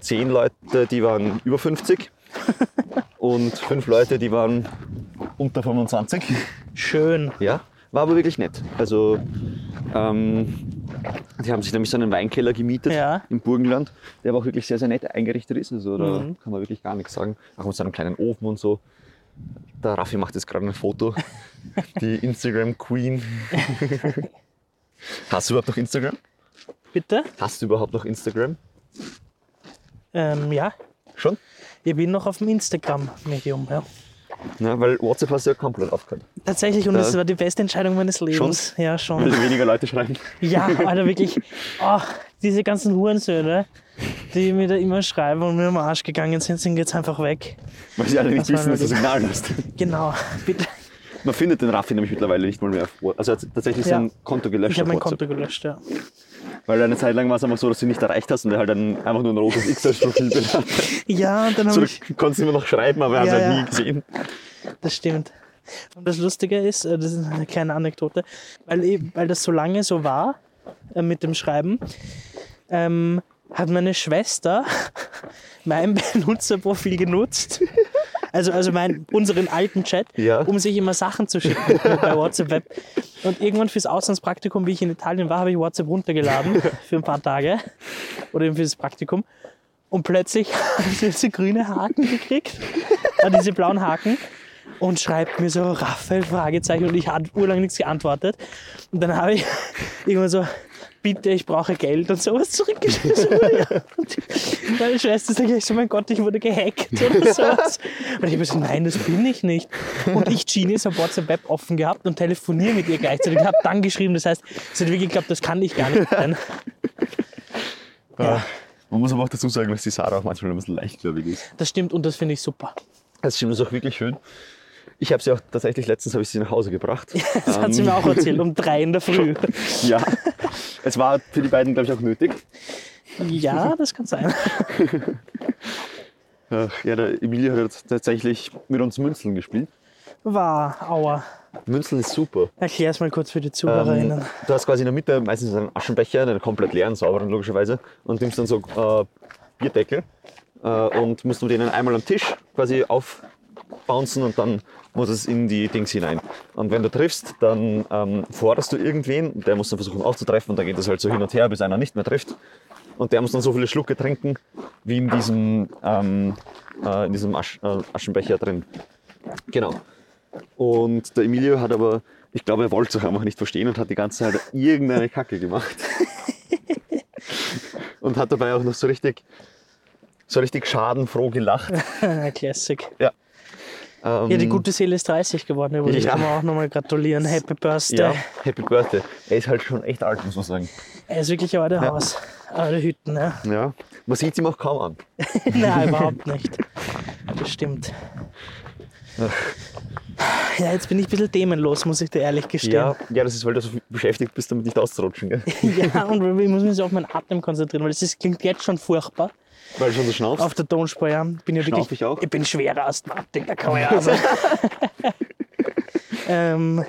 Speaker 1: zehn Leute, die waren über 50 und fünf Leute, die waren unter 25.
Speaker 2: Schön.
Speaker 1: Ja, war aber wirklich nett. Also ähm, die haben sich nämlich so einen Weinkeller gemietet
Speaker 2: Ja.
Speaker 1: im Burgenland, der aber auch wirklich sehr, sehr nett eingerichtet ist. Also da
Speaker 2: Mhm.
Speaker 1: kann man wirklich gar nichts sagen. Auch mit so einem kleinen Ofen und so. Der Raffi macht jetzt gerade ein Foto. Die Instagram Queen. Hast du überhaupt noch Instagram?
Speaker 2: Bitte?
Speaker 1: Hast du überhaupt noch Instagram?
Speaker 2: Ähm, ja.
Speaker 1: Schon?
Speaker 2: Ich bin noch auf dem Instagram-Medium. Ja.
Speaker 1: Ja, weil WhatsApp hast du ja komplett aufgehört.
Speaker 2: Tatsächlich, und
Speaker 1: Da-
Speaker 2: es war die beste Entscheidung meines Lebens. Ja, schon.
Speaker 1: Weil weniger Leute schreiben.
Speaker 2: Ja, Alter, wirklich. Oh, diese ganzen Hurensöhne, die mir da immer schreiben und mir am Arsch gegangen sind, sind jetzt einfach weg.
Speaker 1: Weil sie alle nicht
Speaker 2: Das
Speaker 1: wissen,
Speaker 2: war
Speaker 1: dass du
Speaker 2: wirklich-
Speaker 1: Signal hast.
Speaker 2: Genau, bitte.
Speaker 1: Man findet den Raffi nämlich mittlerweile nicht mal mehr. auf What- Also er hat tatsächlich
Speaker 2: Ja.
Speaker 1: sein Konto gelöscht
Speaker 2: Ich habe
Speaker 1: auf
Speaker 2: mein
Speaker 1: WhatsApp.
Speaker 2: Konto gelöscht, ja.
Speaker 1: Weil eine Zeit lang war es einfach so, dass du ihn nicht erreicht hast und er halt dann einfach nur ein rotes X als Profilbild hat.
Speaker 2: Ja, und dann
Speaker 1: So,
Speaker 2: habe
Speaker 1: du
Speaker 2: ich.
Speaker 1: konntest immer noch schreiben, aber wir haben
Speaker 2: Ja,
Speaker 1: es halt
Speaker 2: ja.
Speaker 1: nie gesehen.
Speaker 2: Das stimmt. Und das Lustige ist, äh, das ist eine kleine Anekdote, weil, eben- weil das so lange so war äh, mit dem Schreiben, ähm, hat meine Schwester mein Benutzerprofil genutzt. Also, also mein, unseren alten Chat,
Speaker 1: Ja.
Speaker 2: um sich immer Sachen zu schicken bei WhatsApp Web. Und irgendwann fürs Auslandspraktikum, wie ich in Italien war, habe ich WhatsApp runtergeladen für ein paar Tage oder eben fürs Praktikum. Und plötzlich haben sie diese grüne Haken gekriegt, äh, diese blauen Haken und schreibt mir so Raphael Fragezeichen und ich habe urlang nichts geantwortet. Und dann habe ich irgendwann so bitte, ich brauche Geld und sowas zurückgeschrieben. So, ja. Und meine Schwester sagt gleich so, mein Gott, ich wurde gehackt oder sowas. Und ich habe so, nein, das bin ich nicht. Und ich, Genie, ist auf WhatsApp Web offen gehabt und telefoniere mit ihr gleichzeitig und habe dann geschrieben. Das heißt, sie hat wirklich geglaubt, das kann ich gar nicht sein. Ja.
Speaker 1: Ah. Man muss aber auch dazu sagen, dass die Sarah auch manchmal ein bisschen leichtgläubig ist.
Speaker 2: Das stimmt und das finde ich super.
Speaker 1: Das stimmt, das ist auch wirklich schön. Ich habe sie auch tatsächlich, letztens habe ich sie nach Hause gebracht.
Speaker 2: Das hat sie mir auch erzählt, um drei in der Früh.
Speaker 1: ja. Es war für die beiden, glaube ich, auch nötig.
Speaker 2: Ja, das kann sein.
Speaker 1: Ach, ja, der Emilio hat jetzt tatsächlich mit uns Münzeln gespielt.
Speaker 2: War, aua.
Speaker 1: Münzeln ist super.
Speaker 2: Erklär es mal kurz für die
Speaker 1: Ähm,
Speaker 2: ZuhörerInnen.
Speaker 1: du hast quasi in der Mitte meistens einen Aschenbecher, einen komplett leeren, sauberen logischerweise, und nimmst dann so äh, Bierdeckel äh, und musst mit denen einmal am Tisch quasi aufbouncen und dann muss es in die Dings hinein. Und wenn du triffst, dann ähm, forderst du irgendwen, und der muss dann versuchen aufzutreffen und dann geht das halt so hin und her, bis einer nicht mehr trifft. Und der muss dann so viele Schlucke trinken, wie in diesem, ähm, äh, in diesem Asch, äh, Aschenbecher drin. Genau. Und der Emilio hat aber, ich glaube, er wollte es auch einfach nicht verstehen und hat die ganze Zeit irgendeine Kacke gemacht. und hat dabei auch noch so richtig, so richtig schadenfroh gelacht.
Speaker 2: Ah, Classic.
Speaker 1: Ähm,
Speaker 2: Ja, die gute Seele ist 30 geworden, übrigens.
Speaker 1: Ja.
Speaker 2: Kann man auch nochmal gratulieren. Happy Birthday.
Speaker 1: ja, Happy Birthday. Er ist halt schon echt alt, muss man sagen.
Speaker 2: Er ist wirklich euer
Speaker 1: Ja.
Speaker 2: Haus, eure Hütten, ja.
Speaker 1: Ja. Man sieht es ihm auch kaum an.
Speaker 2: Nein, überhaupt nicht. Das stimmt. Ja, jetzt bin ich ein bisschen themenlos, muss ich dir ehrlich gestehen.
Speaker 1: Ja, ja, das ist, weil du so viel beschäftigt bist, damit nicht auszurutschen. Gell?
Speaker 2: Ja, und ich muss mich so auf meinen Atem konzentrieren, weil das ist, klingt jetzt schon furchtbar.
Speaker 1: Weil du schon so schnaufst.
Speaker 2: Auf der Tonspur, ja. Ich bin ja
Speaker 1: Schnauf
Speaker 2: wirklich.
Speaker 1: ich auch?
Speaker 2: Ich bin schwerer Asthmatik, da kann man ja also. ähm,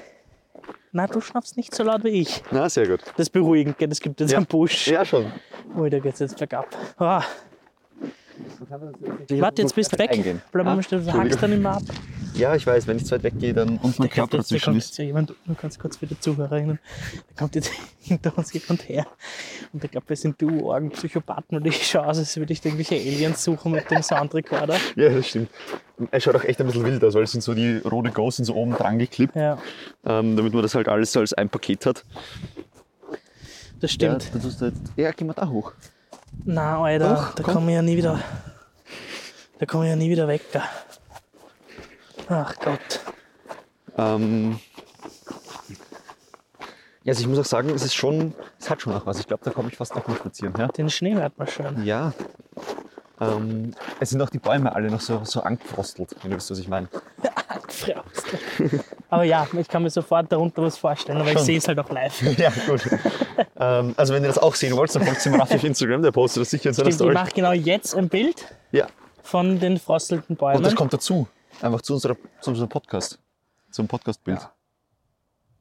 Speaker 2: na, du schnaufst nicht so laut wie ich.
Speaker 1: Na, sehr gut.
Speaker 2: Das ist beruhigend, gell? das gibt jetzt
Speaker 1: Ja.
Speaker 2: einen Push.
Speaker 1: Ja, schon.
Speaker 2: Ui, da geht's jetzt bergab. Ah, warte, jetzt bist du weg.
Speaker 1: Eingehen.
Speaker 2: Bleib mal
Speaker 1: Ah,
Speaker 2: stehen, du
Speaker 1: Entschuldigung.
Speaker 2: hakst dann immer ab.
Speaker 1: Ja, ich weiß, wenn ich zu weit weggehe, dann und mein
Speaker 2: Da kommt
Speaker 1: Körper
Speaker 2: jetzt, da
Speaker 1: dazwischen
Speaker 2: kommt
Speaker 1: ist.
Speaker 2: jetzt ja jemand, nur ganz kurz für die Zuhörerinnen, da kommt jetzt hinter uns jemand her. Und ich glaube, wir sind die Urgen Psychopathen und ich schaue aus, als würde ich irgendwelche Aliens suchen mit dem Soundrecorder.
Speaker 1: Ja, das stimmt. Er schaut auch echt ein bisschen wild aus, weil es sind so die rote Ghosts sind so oben dran geklippt,
Speaker 2: Ja,
Speaker 1: ähm, damit man das halt alles so als ein Paket hat.
Speaker 2: das stimmt.
Speaker 1: Ja, dann tust du jetzt, ja gehen wir da hoch.
Speaker 2: Na, Alter,
Speaker 1: Doch,
Speaker 2: da
Speaker 1: komm.
Speaker 2: komme ich ja nie wieder. Da komme ich ja nie wieder weg. Da. Ach Gott.
Speaker 1: Ähm, ja, also ich muss auch sagen, es ist schon, es hat schon noch was. Ich glaube, da komme ich fast noch mal spazieren. Ja,
Speaker 2: Den Schnee hört man schön.
Speaker 1: ja. Ähm, es sind auch die Bäume alle noch so, so angefrostelt, wenn du wisst, was ich meine.
Speaker 2: Fraustl. Aber ja, ich kann mir sofort darunter was vorstellen, aber ich
Speaker 1: Schon.
Speaker 2: sehe es halt auch live.
Speaker 1: Ja, gut. ähm, also wenn ihr das auch sehen wollt, dann folgt mir auf Instagram, der postet das sicher in seiner
Speaker 2: Stimmt, ich
Speaker 1: Story.
Speaker 2: mache genau jetzt ein Bild
Speaker 1: Ja,
Speaker 2: von den frostelten Bäumen.
Speaker 1: und das kommt dazu. Einfach zu, unserer, zu unserem Podcast. Zum Podcastbild.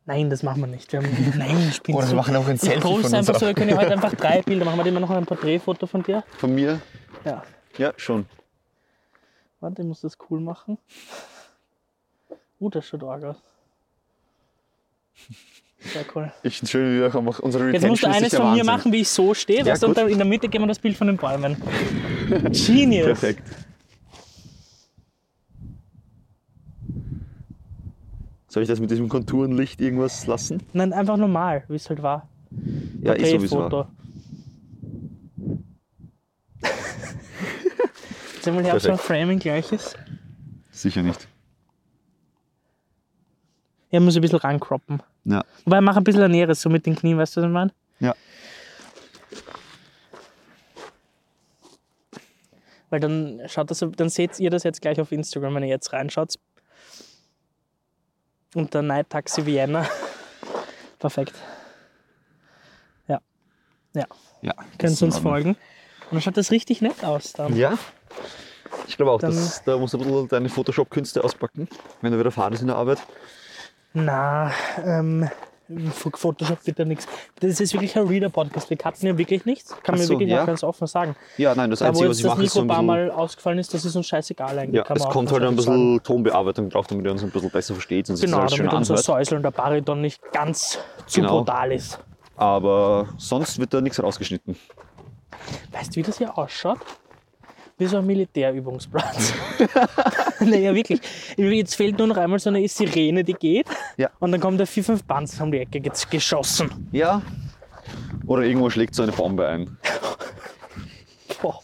Speaker 2: Nein, das machen wir nicht. Wir haben, nein, ich bin
Speaker 1: Oder wir
Speaker 2: so.
Speaker 1: machen auch ein
Speaker 2: Ich
Speaker 1: Selfie von
Speaker 2: poste einfach
Speaker 1: unserer,
Speaker 2: so, wir können ja heute einfach drei Bilder machen. Wir immer noch ein Porträtfoto von dir.
Speaker 1: Von mir?
Speaker 2: Ja.
Speaker 1: Ja, schon.
Speaker 2: Warte, ich muss das cool machen. Uh, das schaut arg aus. Sehr cool.
Speaker 1: Ich schön, wie wir auch einfach unsere
Speaker 2: Jetzt musst du
Speaker 1: Retention ist
Speaker 2: eines
Speaker 1: sicher
Speaker 2: von mir
Speaker 1: Wahnsinn.
Speaker 2: machen, wie ich so stehe,
Speaker 1: Ja,
Speaker 2: weißt du, und
Speaker 1: gut.
Speaker 2: dann in der Mitte geben wir das Bild von den Bäumen. Genius.
Speaker 1: Perfekt. Soll ich das mit diesem Konturenlicht irgendwas lassen?
Speaker 2: Nein, einfach normal, wie es halt war.
Speaker 1: Ja, ist sowieso. wahr.
Speaker 2: Porträtfoto. Sehen wir mal, ob es beim
Speaker 1: Perfekt.
Speaker 2: Framing gleich ist.
Speaker 1: Sicher nicht.
Speaker 2: Ja, muss ein bisschen rankroppen.
Speaker 1: Ja.
Speaker 2: Wobei, mach ein bisschen ein Näheres, so mit den Knien, weißt du, was ich meine?
Speaker 1: Ja.
Speaker 2: Weil dann schaut das, dann seht ihr das jetzt gleich auf Instagram, wenn ihr jetzt reinschaut. Unter Night Taxi Vienna. Perfekt. Ja. Ja.
Speaker 1: ja das
Speaker 2: Könnt
Speaker 1: ist
Speaker 2: ihr
Speaker 1: in
Speaker 2: uns
Speaker 1: Ordnung.
Speaker 2: folgen. Und dann schaut das richtig nett aus dann.
Speaker 1: Ja. Ich glaube auch,
Speaker 2: Dann-
Speaker 1: dass, da musst du ein bisschen deine Photoshop-Künste auspacken, wenn du wieder fahren ist in der Arbeit.
Speaker 2: Na, ähm, F- Photoshop wird da nichts. Das ist wirklich ein Reader-Podcast. Wir cutten ja wirklich nichts. Kann
Speaker 1: Ach
Speaker 2: man
Speaker 1: so,
Speaker 2: wirklich
Speaker 1: ja.
Speaker 2: auch ganz offen sagen.
Speaker 1: Ja, nein, das
Speaker 2: Da, wo
Speaker 1: Einzige, was
Speaker 2: jetzt
Speaker 1: ich
Speaker 2: das
Speaker 1: mache, ist so
Speaker 2: Mikro
Speaker 1: ein
Speaker 2: ein paar
Speaker 1: bisschen.
Speaker 2: Mal ausgefallen ist, das ist uns scheißegal eigentlich.
Speaker 1: ja,
Speaker 2: kann
Speaker 1: es
Speaker 2: man auch
Speaker 1: kommt
Speaker 2: ganz
Speaker 1: halt ein
Speaker 2: offen sagen.
Speaker 1: bisschen Tonbearbeitung drauf, damit ihr uns ein bisschen besser versteht und sich
Speaker 2: Genau,
Speaker 1: das alles schön
Speaker 2: damit unser
Speaker 1: anhört.
Speaker 2: Säusel und der Bariton nicht ganz zu
Speaker 1: Genau.
Speaker 2: brutal ist.
Speaker 1: Aber sonst wird da nichts rausgeschnitten.
Speaker 2: Weißt du, wie das hier ausschaut? Wie so ein Militärübungsplatz. naja, wirklich. Jetzt fehlt nur noch einmal so eine Sirene, die geht.
Speaker 1: Ja.
Speaker 2: Und dann kommt der 4-5 Panzer um die Ecke jetzt geschossen.
Speaker 1: Ja. Oder irgendwo schlägt so eine Bombe ein.
Speaker 2: Boah.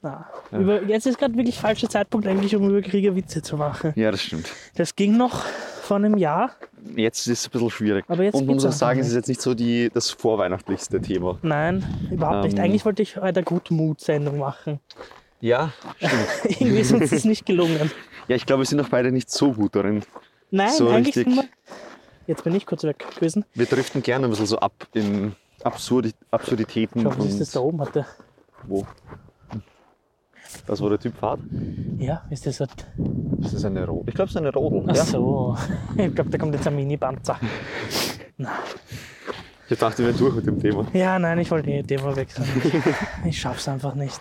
Speaker 2: Na, über, jetzt ist gerade wirklich falscher Zeitpunkt eigentlich, um über Kriege Witze zu machen.
Speaker 1: Ja, das stimmt.
Speaker 2: Das ging noch vor einem Jahr.
Speaker 1: Jetzt ist es ein bisschen schwierig.
Speaker 2: Aber jetzt
Speaker 1: und man
Speaker 2: geht's
Speaker 1: muss auch
Speaker 2: auch
Speaker 1: sagen,
Speaker 2: noch.
Speaker 1: es ist jetzt nicht so die, das vorweihnachtlichste Thema.
Speaker 2: Nein, überhaupt nicht.
Speaker 1: Ähm.
Speaker 2: Eigentlich wollte ich heute eine Gutmut-Sendung machen.
Speaker 1: Ja, stimmt.
Speaker 2: Irgendwie ist uns das nicht gelungen.
Speaker 1: ja, ich glaube, wir sind auch beide nicht so gut darin.
Speaker 2: Nein,
Speaker 1: So
Speaker 2: eigentlich
Speaker 1: richtig.
Speaker 2: nur. Jetzt bin ich kurz weg gewesen.
Speaker 1: Wir driften gerne ein bisschen so ab in Absurdi Absurditäten.
Speaker 2: Ich glaube, was ist das da oben? Hat der,
Speaker 1: Wo? Das, wo der Typ fährt?
Speaker 2: ja, ist das ein.
Speaker 1: Das ist eine Rodel. Ich glaube, es ist eine Rodel.
Speaker 2: Ach
Speaker 1: ja.
Speaker 2: so. Ich glaube, da kommt jetzt ein Mini-Panzer.
Speaker 1: Ich dachte, wir wären durch mit dem Thema.
Speaker 2: Ja, nein, ich wollte die Thema wechseln. Ich schaff's einfach nicht.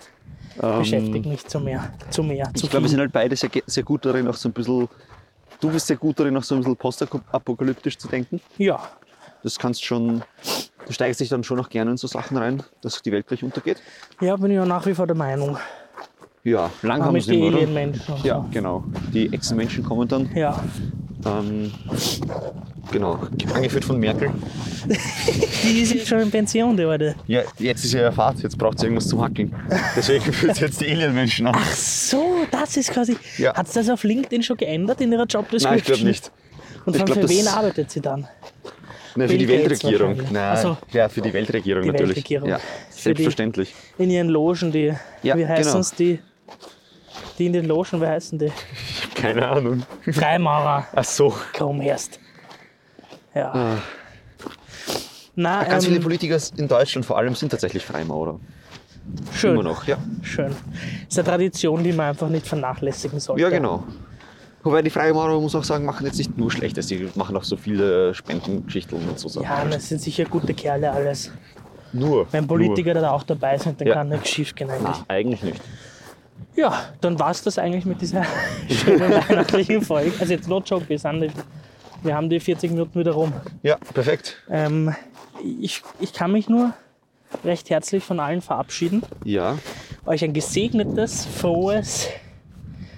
Speaker 1: Ähm,
Speaker 2: Beschäftigt mich zu mehr. Zu mehr. Zu
Speaker 1: Ich glaube, wir
Speaker 2: viel.
Speaker 1: sind halt beide sehr, ge- sehr gut darin, auch so ein bisschen. Du bist sehr gut darin, auch so ein bisschen postapokalyptisch zu denken.
Speaker 2: Ja.
Speaker 1: Das kannst schon. Du steigst dich dann schon auch gerne in so Sachen rein, dass die Welt gleich untergeht.
Speaker 2: Ja, bin ich auch nach wie vor der Meinung.
Speaker 1: Ja, lang
Speaker 2: Auch
Speaker 1: haben wir
Speaker 2: mit
Speaker 1: es
Speaker 2: den
Speaker 1: nicht mehr, oder? genau.
Speaker 2: Alien-Menschen. und
Speaker 1: Ja,
Speaker 2: so.
Speaker 1: genau. Die Echsenmenschen kommen dann.
Speaker 2: Ja,
Speaker 1: Ähm, Genau. Angeführt von Merkel.
Speaker 2: Die ist ja schon in Pension, die heute.
Speaker 1: Ja, jetzt ist ja ihr Fahrt, jetzt braucht sie irgendwas zum Hackeln. Deswegen führt sie jetzt die Alien-Menschen an.
Speaker 2: Ach so, das ist quasi.
Speaker 1: Ja.
Speaker 2: Hat sie das auf LinkedIn schon geändert in ihrer Jobdescription?
Speaker 1: Nein, ich glaube nicht.
Speaker 2: Und
Speaker 1: Ich
Speaker 2: von
Speaker 1: glaub,
Speaker 2: für
Speaker 1: das-
Speaker 2: wen arbeitet sie dann?
Speaker 1: Nein, für
Speaker 2: Bill
Speaker 1: die
Speaker 2: Gates
Speaker 1: Weltregierung.
Speaker 2: wahrscheinlich.
Speaker 1: Nein,
Speaker 2: Ach so.
Speaker 1: ja, für die Weltregierung
Speaker 2: Die
Speaker 1: natürlich.
Speaker 2: Weltregierung.
Speaker 1: Ja,
Speaker 2: Für die-
Speaker 1: selbstverständlich.
Speaker 2: In ihren Logen, die.
Speaker 1: Ja,
Speaker 2: wie heißen
Speaker 1: genau.
Speaker 2: uns die? Die in den Logen, wie heißen die?
Speaker 1: Keine Ahnung.
Speaker 2: Freimaurer.
Speaker 1: Ach so.
Speaker 2: Kaum erst. Ja.
Speaker 1: Ah.
Speaker 2: Na,
Speaker 1: Ganz viele
Speaker 2: ähm,
Speaker 1: Politiker in Deutschland vor allem sind tatsächlich Freimaurer.
Speaker 2: schön.
Speaker 1: Immer noch, ja.
Speaker 2: Schön. Ist eine Tradition, die man einfach nicht vernachlässigen sollte.
Speaker 1: Ja, genau. Wobei die Freimaurer, man muss auch sagen, machen jetzt nicht nur Schlechtes. Die machen auch so viele Spendengeschichten und so Sachen.
Speaker 2: Ja, das sind sicher gute Kerle alles.
Speaker 1: nur.
Speaker 2: Wenn Politiker dann auch dabei sind, dann
Speaker 1: Ja. Ah.
Speaker 2: kann nichts schief gehen
Speaker 1: Nur.
Speaker 2: eigentlich.
Speaker 1: Nein, eigentlich nicht.
Speaker 2: Ja, dann war's das eigentlich mit dieser schönen weihnachtlichen Folge. Also jetzt no joke, wir, sind, nicht- wir haben die 40 Minuten wieder rum.
Speaker 1: Ja, perfekt.
Speaker 2: Ähm, ich, ich kann mich nur recht herzlich von allen verabschieden,
Speaker 1: Ja,
Speaker 2: euch ein gesegnetes, frohes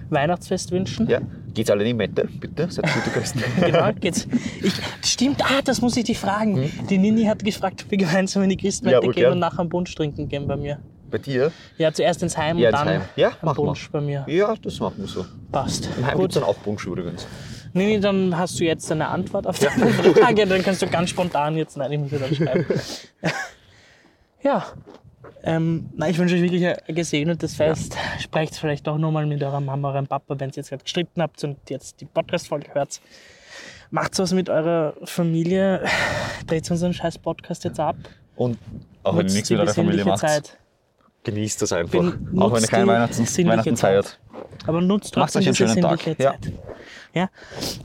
Speaker 2: Weihnachtsfest wünschen.
Speaker 1: ja. Geht's alle in die Mette, bitte. Seid gute Gäste.
Speaker 2: Genau, geht's. Ich, stimmt, ah, das muss ich dich fragen. Die Nini hat gefragt, ob wir gemeinsam in die Christmette
Speaker 1: Hm? Ja, wohl
Speaker 2: gehen
Speaker 1: gern.
Speaker 2: und nachher am Bunsch trinken gehen bei mir.
Speaker 1: Bei dir?
Speaker 2: Ja, zuerst ins Heim
Speaker 1: Ja,
Speaker 2: und
Speaker 1: ins
Speaker 2: dann
Speaker 1: Heim. Ja,
Speaker 2: am
Speaker 1: machen wir.
Speaker 2: Bunsch bei mir.
Speaker 1: Ja, das machen wir so.
Speaker 2: Passt.
Speaker 1: Im Heim gibt's dann auch Bunsch übrigens.
Speaker 2: Nee, nee, dann hast du jetzt eine Antwort auf deine Frage. Dann kannst du ganz spontan jetzt, nein, ich muss dir dann schreiben. ja. Ähm, nein, ich wünsche euch wirklich ein gesegnetes Fest. Sprecht vielleicht auch nochmal mit eurer Mama, eurem Papa, wenn ihr jetzt gerade gestritten habt und jetzt die Podcast-Folge hört. Macht's was mit eurer Familie. Dreht unseren scheiß Podcast jetzt ab.
Speaker 1: Und auch wenn ihr
Speaker 2: Nutzt
Speaker 1: nichts
Speaker 2: die
Speaker 1: mit eurer Familie
Speaker 2: besinnliche
Speaker 1: macht,
Speaker 2: Zeit.
Speaker 1: genießt das einfach.
Speaker 2: Bin-
Speaker 1: auch wenn ihr
Speaker 2: nutzt
Speaker 1: kein
Speaker 2: die
Speaker 1: Weihnachten,
Speaker 2: sinnliche
Speaker 1: Weihnachten
Speaker 2: Zeit.
Speaker 1: feiert.
Speaker 2: Aber nutzt
Speaker 1: Macht
Speaker 2: trotzdem
Speaker 1: euch einen
Speaker 2: diese
Speaker 1: schönen Tag.
Speaker 2: sinnliche
Speaker 1: Ja.
Speaker 2: Zeit. Ja.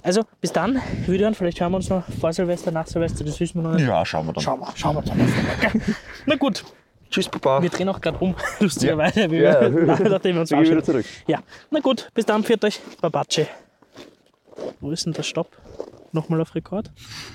Speaker 2: Also, bis dann. Wieder und vielleicht hören wir uns noch vor Silvester, nach Silvester. Das wissen wir noch nicht.
Speaker 1: Ja, schauen wir dann.
Speaker 2: Schauen wir, schauen wir dann. Okay. Na gut,
Speaker 1: Tschüss, Papa.
Speaker 2: wir drehen auch gerade um, lustigerweise, wie
Speaker 1: Ja.
Speaker 2: wir, nachdem wir uns
Speaker 1: Wir gehen wieder
Speaker 2: verabschieden.
Speaker 1: zurück.
Speaker 2: Ja, na gut, bis dann, pfiat euch, Babatsche. Wo ist denn der Stopp? Nochmal auf Rekord?